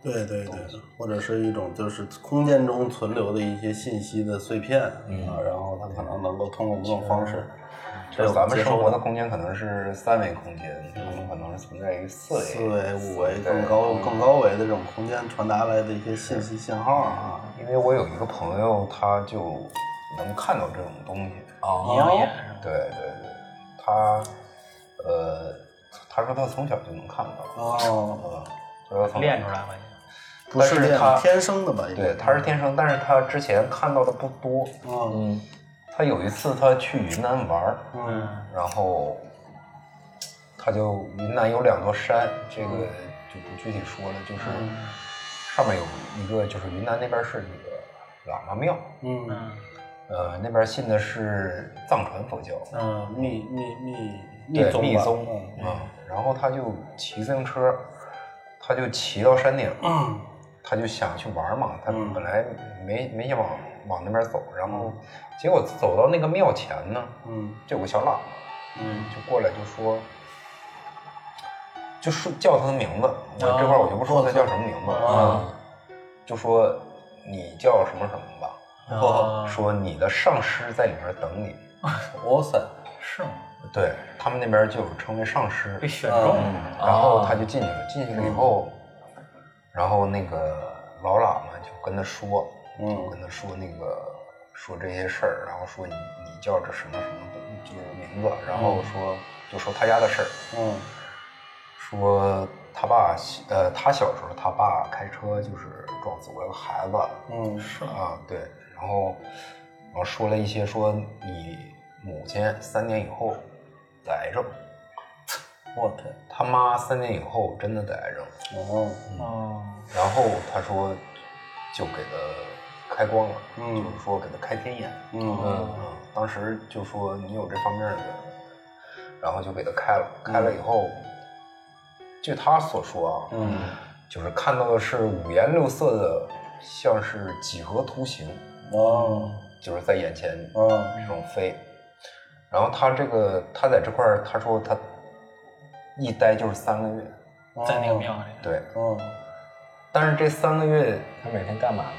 对，
对对对，或者是一种就是空间中存留的一些信息的碎片
嗯
啊，然后它可能能够通过某种方式，
就是咱们
接受
生活的空间可能是三维空间，他们可能是存在于四维。
四维、五维更高更高维的这种空间传达来的一些信息信号啊，
因为我有一个朋友，他就能看到这种东西。
哦，
阴阳眼
嗯
是吧？
对对对，他呃，他说他从小就能看到，
哦，
他说他从
练出来了也。
不
但
是
是
这
他
样天生的吧？应该
对，他是天生，但是他之前看到的不多。
哦
嗯，
他有一次他去云南玩儿，
嗯
然后他就云南有两座山，这个就不具体说了，就是
嗯
上面有一个，就是云南那边是那个喇嘛庙，
嗯
呃，那边信的是藏传佛教，
嗯，密密密
对
宗吧
密宗
嗯
啊，然后他就骑自行车，他就骑到山顶，他就想去玩嘛，他
嗯
本来没没想往往那边走，然后结果走到那个庙前呢，
嗯
就有个小喇嘛。
嗯
就过来就说，就说叫他的名字，我这块儿我就不说他叫什么名字
哦
啊，就说你叫什么什么吧，
呃
哦，
说你的上师在里面等你，
哇塞，
是吗？
对他们那边就成为上师，
被选中了，
嗯然后他就进去了，进去了以后，然后那个老喇嘛就跟他说，
嗯
就跟他说那个说这些事儿，然后说你你叫这什么什么的这个名字，然后说就说他家的事儿，
嗯
说他爸呃他小时候他爸开车就是撞死过一个孩子，
嗯
啊，对，然后然后说了一些说你母亲三年以后得癌症，
我天，
他妈三年以后真的得癌症，
哦，
哦，
然后他说就给他开光了，就是说给他开天眼，
嗯
嗯，当时就说你有这方面的，然后就给他开了，开了以后，据他所说啊，嗯，就是看到的是五颜六色的，像是几何图形，
哦
就是在眼前
哦
这种飞。然后他这个他在这块儿，他说他一待就是三个月，
在那个庙里，
对，
哦
但是这三个月
他每天干嘛呢？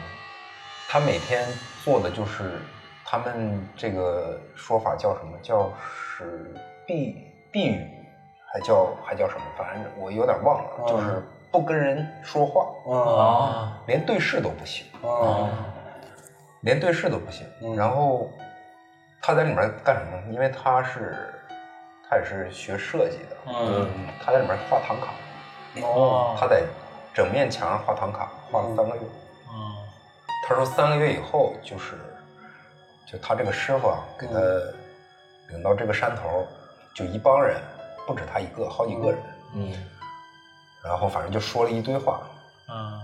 他每天做的就是他们这个说法叫什么？叫是避避语，还叫还叫什么？反正我有点忘了，
嗯
就是不跟人说话，
哦
连对视都不行，
哦
连对视都不行。
嗯
然后他在里面干什么呢？因为他是他也是学设计的，
嗯，
他在里面画唐卡，
哦
他在整面墙上画唐卡，画了三个月。
嗯
他说三个月以后就是，就他这个师傅啊，给他领到这个山头，就一帮人，不止他一个，好几个人，
嗯，
然后反正就说了一堆话，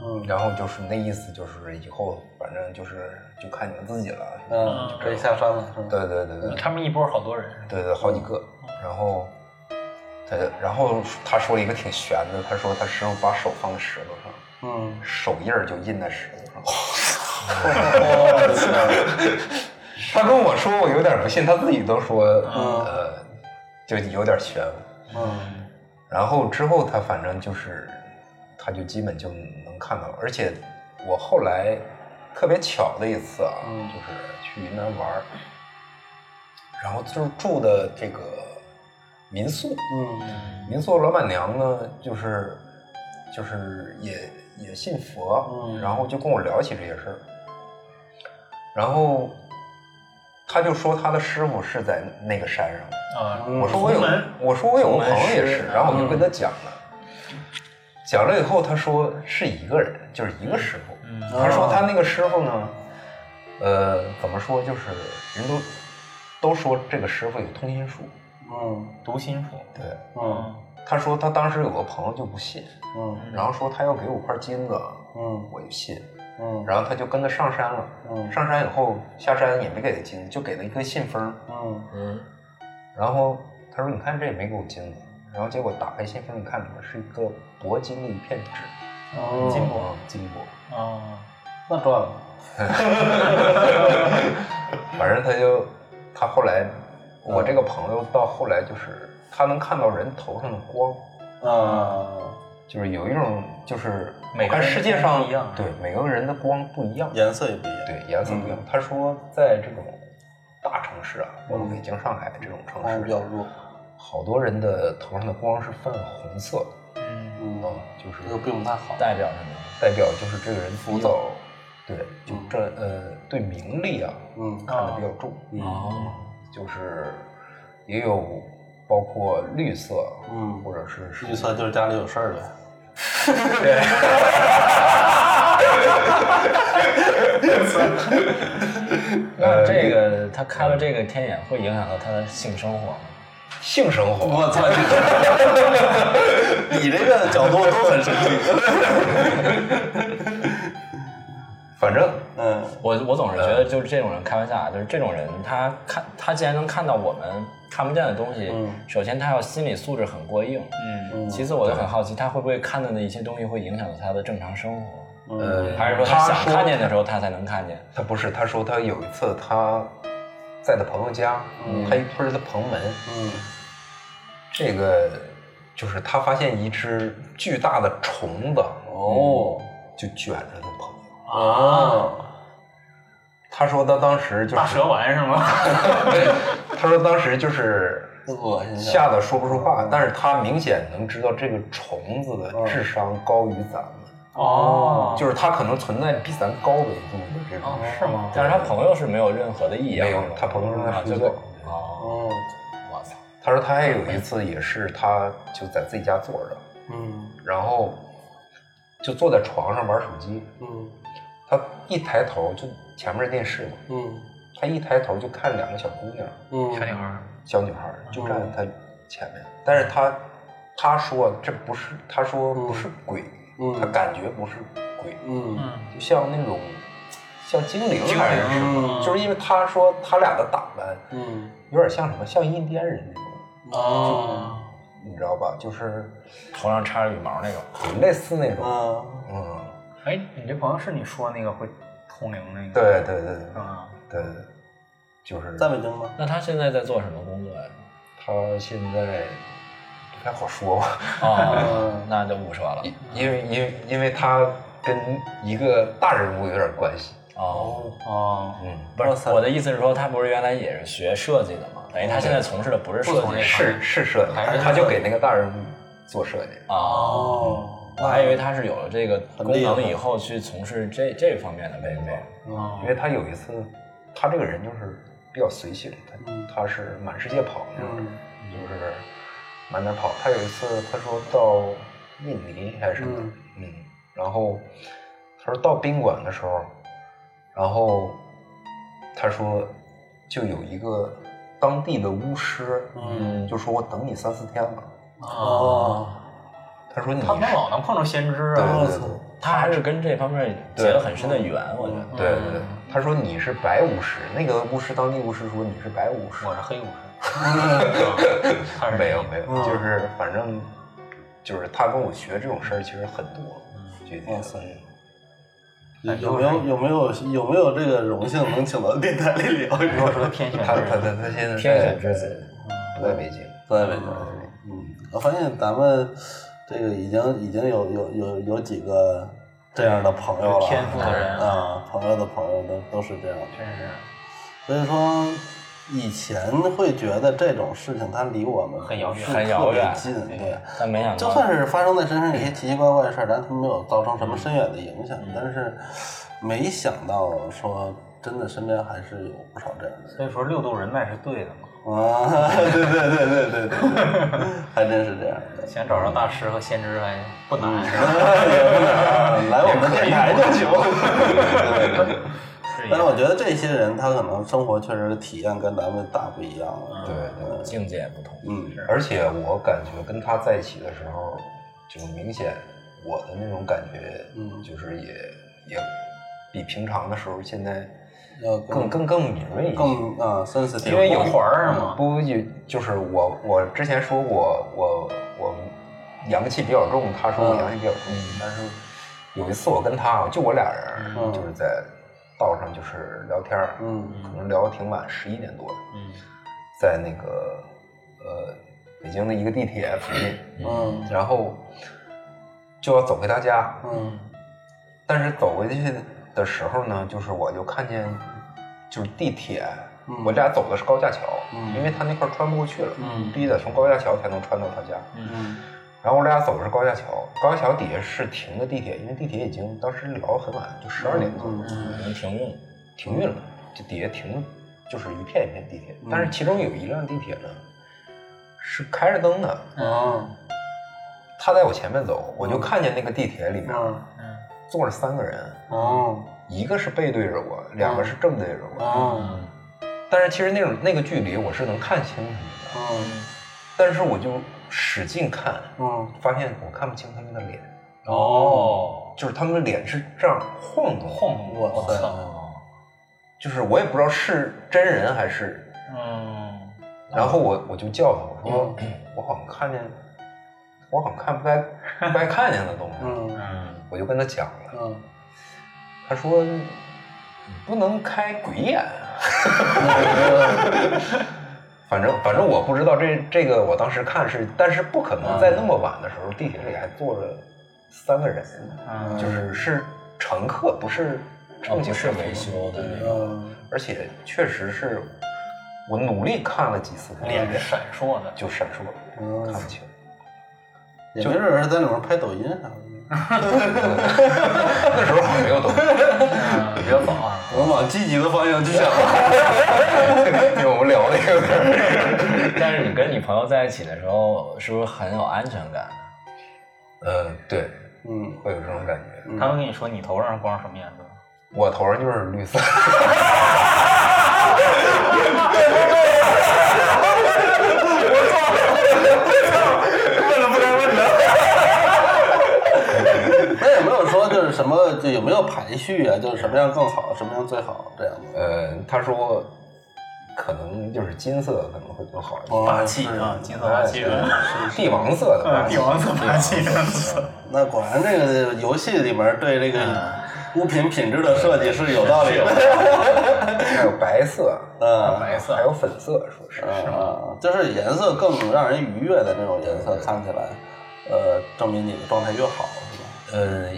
嗯
然后就是那意思就是以后反正就是就看你们自己了，
嗯，可以下山了是吧？
对对对对
嗯他们一波好多人，
对对，好几个，然后。他然后他说了一个挺悬的，他说他师傅把手放在石头上，
嗯，
手印儿就印在石头上。他跟我说，我有点不信，他自己都说，呃，就有点悬。
嗯
然后之后他反正就是，他就基本就能看到，而且我后来特别巧的一次啊，就是去云南玩儿，然后就是住的这个民宿，
嗯
民宿老板娘呢，就是就是也也信佛，
嗯
然后就跟我聊起这些事儿，然后他就说他的师傅是在那个山上，
啊，
嗯
我说我有
洪门，
我说我有个朋友也
洪
是
门，师嗯
然后我就跟他讲了，讲了以后他说是一个人，就是一个师傅，
嗯
他说他那个师傅呢，呃，怎么说就是人都都说这个师傅有通心术，
嗯
读心术，
对。
嗯
他说他当时有个朋友就不信，
嗯
然后说他要给我块金子，
嗯
我就信。
嗯，
然后他就跟他上山了，
嗯
上山以后下山也没给他金子，就给了一个信封。
嗯
然后他说：“你看这也没给我金子。”然后结果打开信封，你看里面是一个铂金的一片纸，
哦，
金箔
啊，金箔。
啊，
那赚了，
反正他就他后来，我
嗯
这个朋友到后来就是他能看到人头上的光，
啊，
就是有一种就是
每个
我看
人
世界
光
上
不一样啊
对每个人的光不一样，
颜色也不一样，
对，颜色不一样。他说，在这种大城市啊，包括北京、上海这种城
光
市，
比较弱，
好多人的头上的光是泛红色
嗯
的，
嗯，
就是
这个并不太好，
代表什么？
代表就是这个人比较，对，就这呃对名利啊
嗯
看得比较重，嗯
哦，
就是也有包括绿色，
嗯
或者是
预测就是家里有事儿呗，
那这个他开了这个天眼，会影响到他的性生活吗？
性生活。
我操！你这个角度都很神奇。
反正
嗯
我我总是觉得，就是这种人开玩笑啊，就是这种人，他看他既然能看到我们看不见的东西，
嗯
首先他要心理素质很过硬，
嗯，
其次我就很好奇，他会不会看到的一些东西会影响到他的正常生活，
嗯
呃，
还是说
他
想
说
看见的时候他才能看见？
他不是，他说他有一次他在他朋友家，他一推他棚门，
嗯
这个就是他发现一只巨大的虫子，嗯
哦
就卷着他朋友。
啊
他说他当时就
大
是，
蛇丸是吗？
他说当时就是
嗯
恶心
吓得说不出话，但是他明显能知道这个虫子的智商高于咱们，
嗯哦
就是它可能存在比咱高维度的这种事。
是吗？
但是他朋友是没有任何的异样
没
的，
有，他朋友正在
啊
工
就
作。
哦，
哦，
我操，
他说他还有一次也是，他就在自己家坐着，
嗯
然后就坐在床上玩手机，
嗯
他一抬头就前面是电视嘛，
嗯
他一抬头就看两个小姑娘，
嗯，
小女孩儿，
小女孩儿就站
哦
在他前面，但是他他说这不是，他说不是鬼，
嗯
他感觉不是鬼，
嗯
嗯，
就像那种像精灵还是什
啊
么，
嗯
就是因为他说他俩的打扮
嗯
有点像什么，像印第安人那种，
哦，
你知道吧？就是
头上插着羽毛那种，
类似那种，
啊，
嗯，
哎，你这朋友是你说那个会通灵那个？
对对对
啊，
对对，就是
在北京吗？
那他现在在做什么工作呀？
他现在不太好说吧。
哦，那就不说了。
因为因为因为他跟一个大人物有点关系，
哦，
哦，
嗯，
不是，我的意思是说，他不是原来也是学设计的嘛？等于他现在从事的不是设计
是是设计，但是他就给那个大人物做设计，
哦，
哦，
我还以为他是有了这个
很
功
厉害
能以后去从事这这方面的工作。
哦
因，为他有一次，他这个人就是比较随性，他他是满世界跑那种，就是满哪儿跑。他有一次他说到印尼还是什么，嗯，然后他说到宾馆的时候，然后他说就有一个当地的巫师，嗯，就说我等你三四天了。
哦，
他说你
他们老能碰着先知
对
啊，
对对
他还是跟这方面结了很深的缘，我觉得。
对对
嗯
对，他说你是白巫师，那个巫师当地巫师说你是白巫师，
我嗯是黑武士，他是
没有没有，就是反正就是他跟我学这种事儿其实很多，
嗯
就也
哇塞
算是
有哎有没有有没有有没有这个荣幸能请到电台里聊一
如 果
聊？
说天选
他
之
他
人，
他他现在
天
在
选之子，
不在北京，
不在北京，嗯，我发现咱们这个已经已经有有有有几个这样的朋友了，
天赋的人
啊，朋友的朋友都都是这样的，
真是
所以说以前会觉得这种事情它离我们
很遥远
不是
很遥远
特别近，对。
但没想到，
就算是发生在身上一些奇奇怪怪的事儿，咱没有造成什么深远的影响，
嗯
但是没想到说真的身边还是有不少这样的人
所以说六度人脉是对的嘛，
啊！对对对对对对对，还真是这样的。
想找着大师和先知还不难，
也不能来我们电台就行。
是一
但是
样
我觉得这些人他可能生活确实体验跟咱们大不一样了。
对对。
境界不同，
嗯，
而且我感觉跟他在一起的时候，就明显我的那种感觉，
嗯
就是也也比平常的时候现在
要
更
更
更更敏锐一些，
更啊，sensitive，
因为有
环儿嘛
不有就是我我之前说我我我阳气比较重，他说我
嗯
阳气比较重，但是有一次我跟他啊就我俩人、
嗯
就是在道上就是聊天儿，
嗯
可能聊得挺晚，十一点多，
嗯
在那个呃北京的一个地铁附近，
嗯
然后就要走回他家，
嗯
但是走回去的时候呢，就是我就看见，就是地铁，
嗯
我俩走的是高架桥，
嗯
因为他那块儿穿不过去了，
嗯
必须得从高架桥才能穿到他家。
嗯
然后我俩走的是高架桥，高架桥底下是停的地铁，因为地铁已经当时聊得很晚，就十二点多、
嗯
能停 用。
停运了，就底下停就是一片一片地铁，
嗯
但是其中有一辆地铁呢是开着灯的，
嗯
他在我前面走，我就看见那个地铁里面
嗯
坐着三个人，
哦
一个是背对着我，两个是正对着我。
哦
但是其实那种那个距离我是能看清他们的，
嗯
但是我就使劲看，
嗯
发现我看不清他们的脸，嗯
哦，
就是他们的脸是这样晃动，
晃动
我
操，
就是我也不知道是真人还是。
嗯
然后我我就叫他，
嗯
我说、我好像看见，我好像看不该不该看见的东西，
嗯
嗯
我就跟他讲了，
嗯，
他说你不能开鬼眼啊。反正反正我不知道这这个我当时看是，但是不可能在那么晚的时候，地铁里还坐着三个人，
嗯
就是是乘客，不是
哦，
正经
不是
人
维修的那个，
嗯
而且确实是我努力看了几次，嗯
脸是闪烁的，
就闪烁了，看不清。
也没准儿是在里面拍抖音啥的。
那时候好像没有 抖音，
嗯比较早啊。
我们往积极的方向去想。
因为我们聊了一个
但是你跟你朋友在一起的时候，是不是很有安全感？
嗯，对，
嗯，
会有这种感觉。
他会跟你说你头上的光是什么颜色？
我头上就是绿色，
那有没有说就是什么就有没有排序啊？就是什么样更好，什么样最好这样的？
呃，他说可能就是金色可能会更好一点，
霸气
嗯
啊，金色霸气的，
哎帝王色
啊
的吧
嗯，，帝王色霸气的，
那果然这个游戏里面对这个物品品质的设计是有道理的。
还有白色，
嗯
白色
还有粉色，说是
啊，就是颜色更让人愉悦的那种颜色，看起来，呃，证明你的状态越好，是吧？
呃，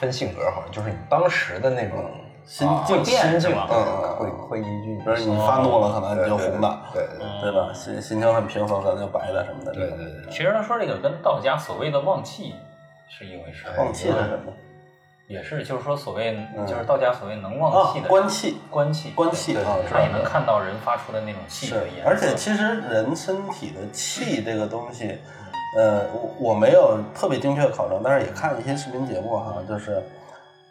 分性格好像就是你当时的那种啊
心
会
境，
心境，
嗯
会会依据你
就
的
是
心
你
情，
发怒了，可能你就
对
红的，
对对
对吧？心心情很平和，可能就白的什么的。
对对对
呃
对，
其实他说这个跟道家所谓的忘气是一回事，
哎忘气是什么？
也是就是说所谓就是道家所谓能忘
啊
气的，
观气，
观气，
观气啊，知
他
道
也能看到人发出的那种气
是
的颜色，
而嗯且其实人身体的气这个东西，呃，我我没有特别精确考证，但是也看一些视频节目哈，就是，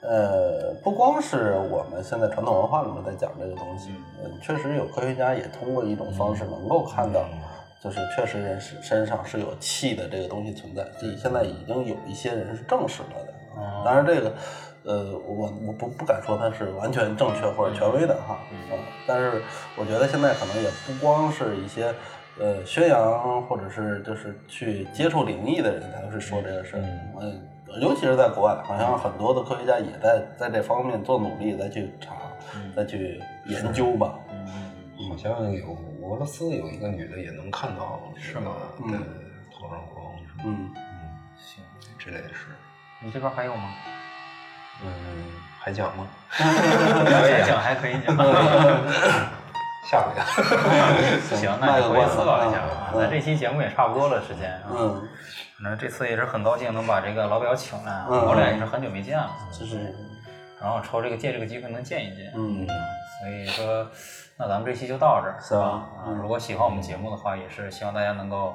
呃，不光是我们现在传统文化里面在讲这个东西，嗯，确实有科学家也通过一种方式能够看
嗯
到，就是确实人是身上是有气的这个东西存在，这现在已经有一些人是证实了的。当然这个，呃，我我不不敢说它是完全正确或者权威的哈，嗯，但是我觉得现在可能也不光是一些，呃，宣扬或者是就是去接触灵异的人才会说这个事儿，嗯，尤其是在国外，好像很多的科学家也在在这方面做努力，再去查，再去研究吧，
好像有俄罗斯有一个女的也能看到，是吗？
嗯
对，头上光什么
嗯，
之类的事。
你这边还有吗？
嗯，还讲吗？
还讲还可以 讲。
下回啊。
行，那
啊卖
你
个
回去
关子
思考一下
嗯
啊。
嗯
那这期节目也差不多了，时间啊。
嗯，
那这次也是很高兴能把这个老表请来啊，
嗯
我俩也是很久没见了，
就是，
然后抽这个借这个机会能见一见，
嗯，
所以说，那咱们这期就到这儿，
是吧？
啊，如果喜欢我们节目的话，也是希望大家能够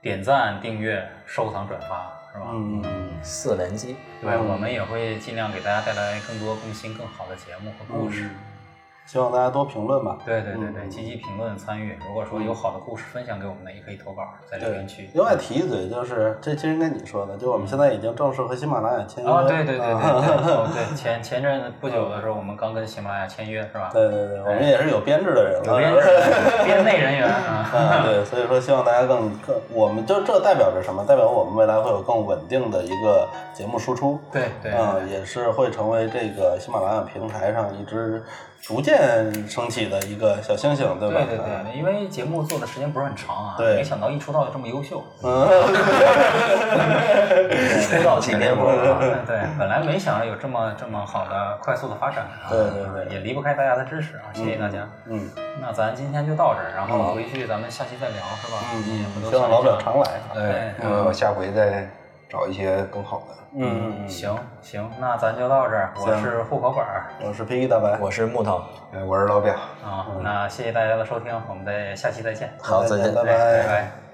点赞、订阅、收藏、转发，是吧？
嗯，
四连击，
对，我们也会尽量给大家带来更多、更新、更好的节目和故事。
希望大家多评论吧。
对对对对，
嗯
积极评论参与。如果说有好的故事分享给我们的，也可以投稿在留言区。
另外提一嘴，就是这其实应该你说的，就我们现在已经正式和喜马拉雅签约。
啊，对对对对对哦
啊
对，前前阵子不久的时候，我们刚跟喜马拉雅签约是吧？
对对对，我们也是有编制的人了。
哎有编制，编内人员啊。
啊，对，所以说希望大家更更，我们就这代表着什么？代表我们未来会有更稳定的一个节目输出。
对对
嗯，也是会成为这个喜马拉雅平台上一支逐渐升起的一个小星星，对吧？
对对对，因为节目做的时间不是很长啊，
对
没想到一出道就这么优秀。
嗯
出道 几年不
对对，本来没想着有这么这么好的快速的发展啊，
对对对
也离不开大家的支持啊，谢谢大家。
嗯
那咱今天就到这儿，然后回去咱们下期再聊，是吧？
嗯
你也回头
嗯，希望老表
想一想
常来。啊
哎，我下回再找一些更好的。
嗯嗯嗯，
行行，那咱就到这儿，我是户口本儿
我是 P 大白，
我是木头，
哎，我是老表。
嗯
啊，那谢谢大家的收听，我们再下期再见，
好，再见。
拜
拜拜。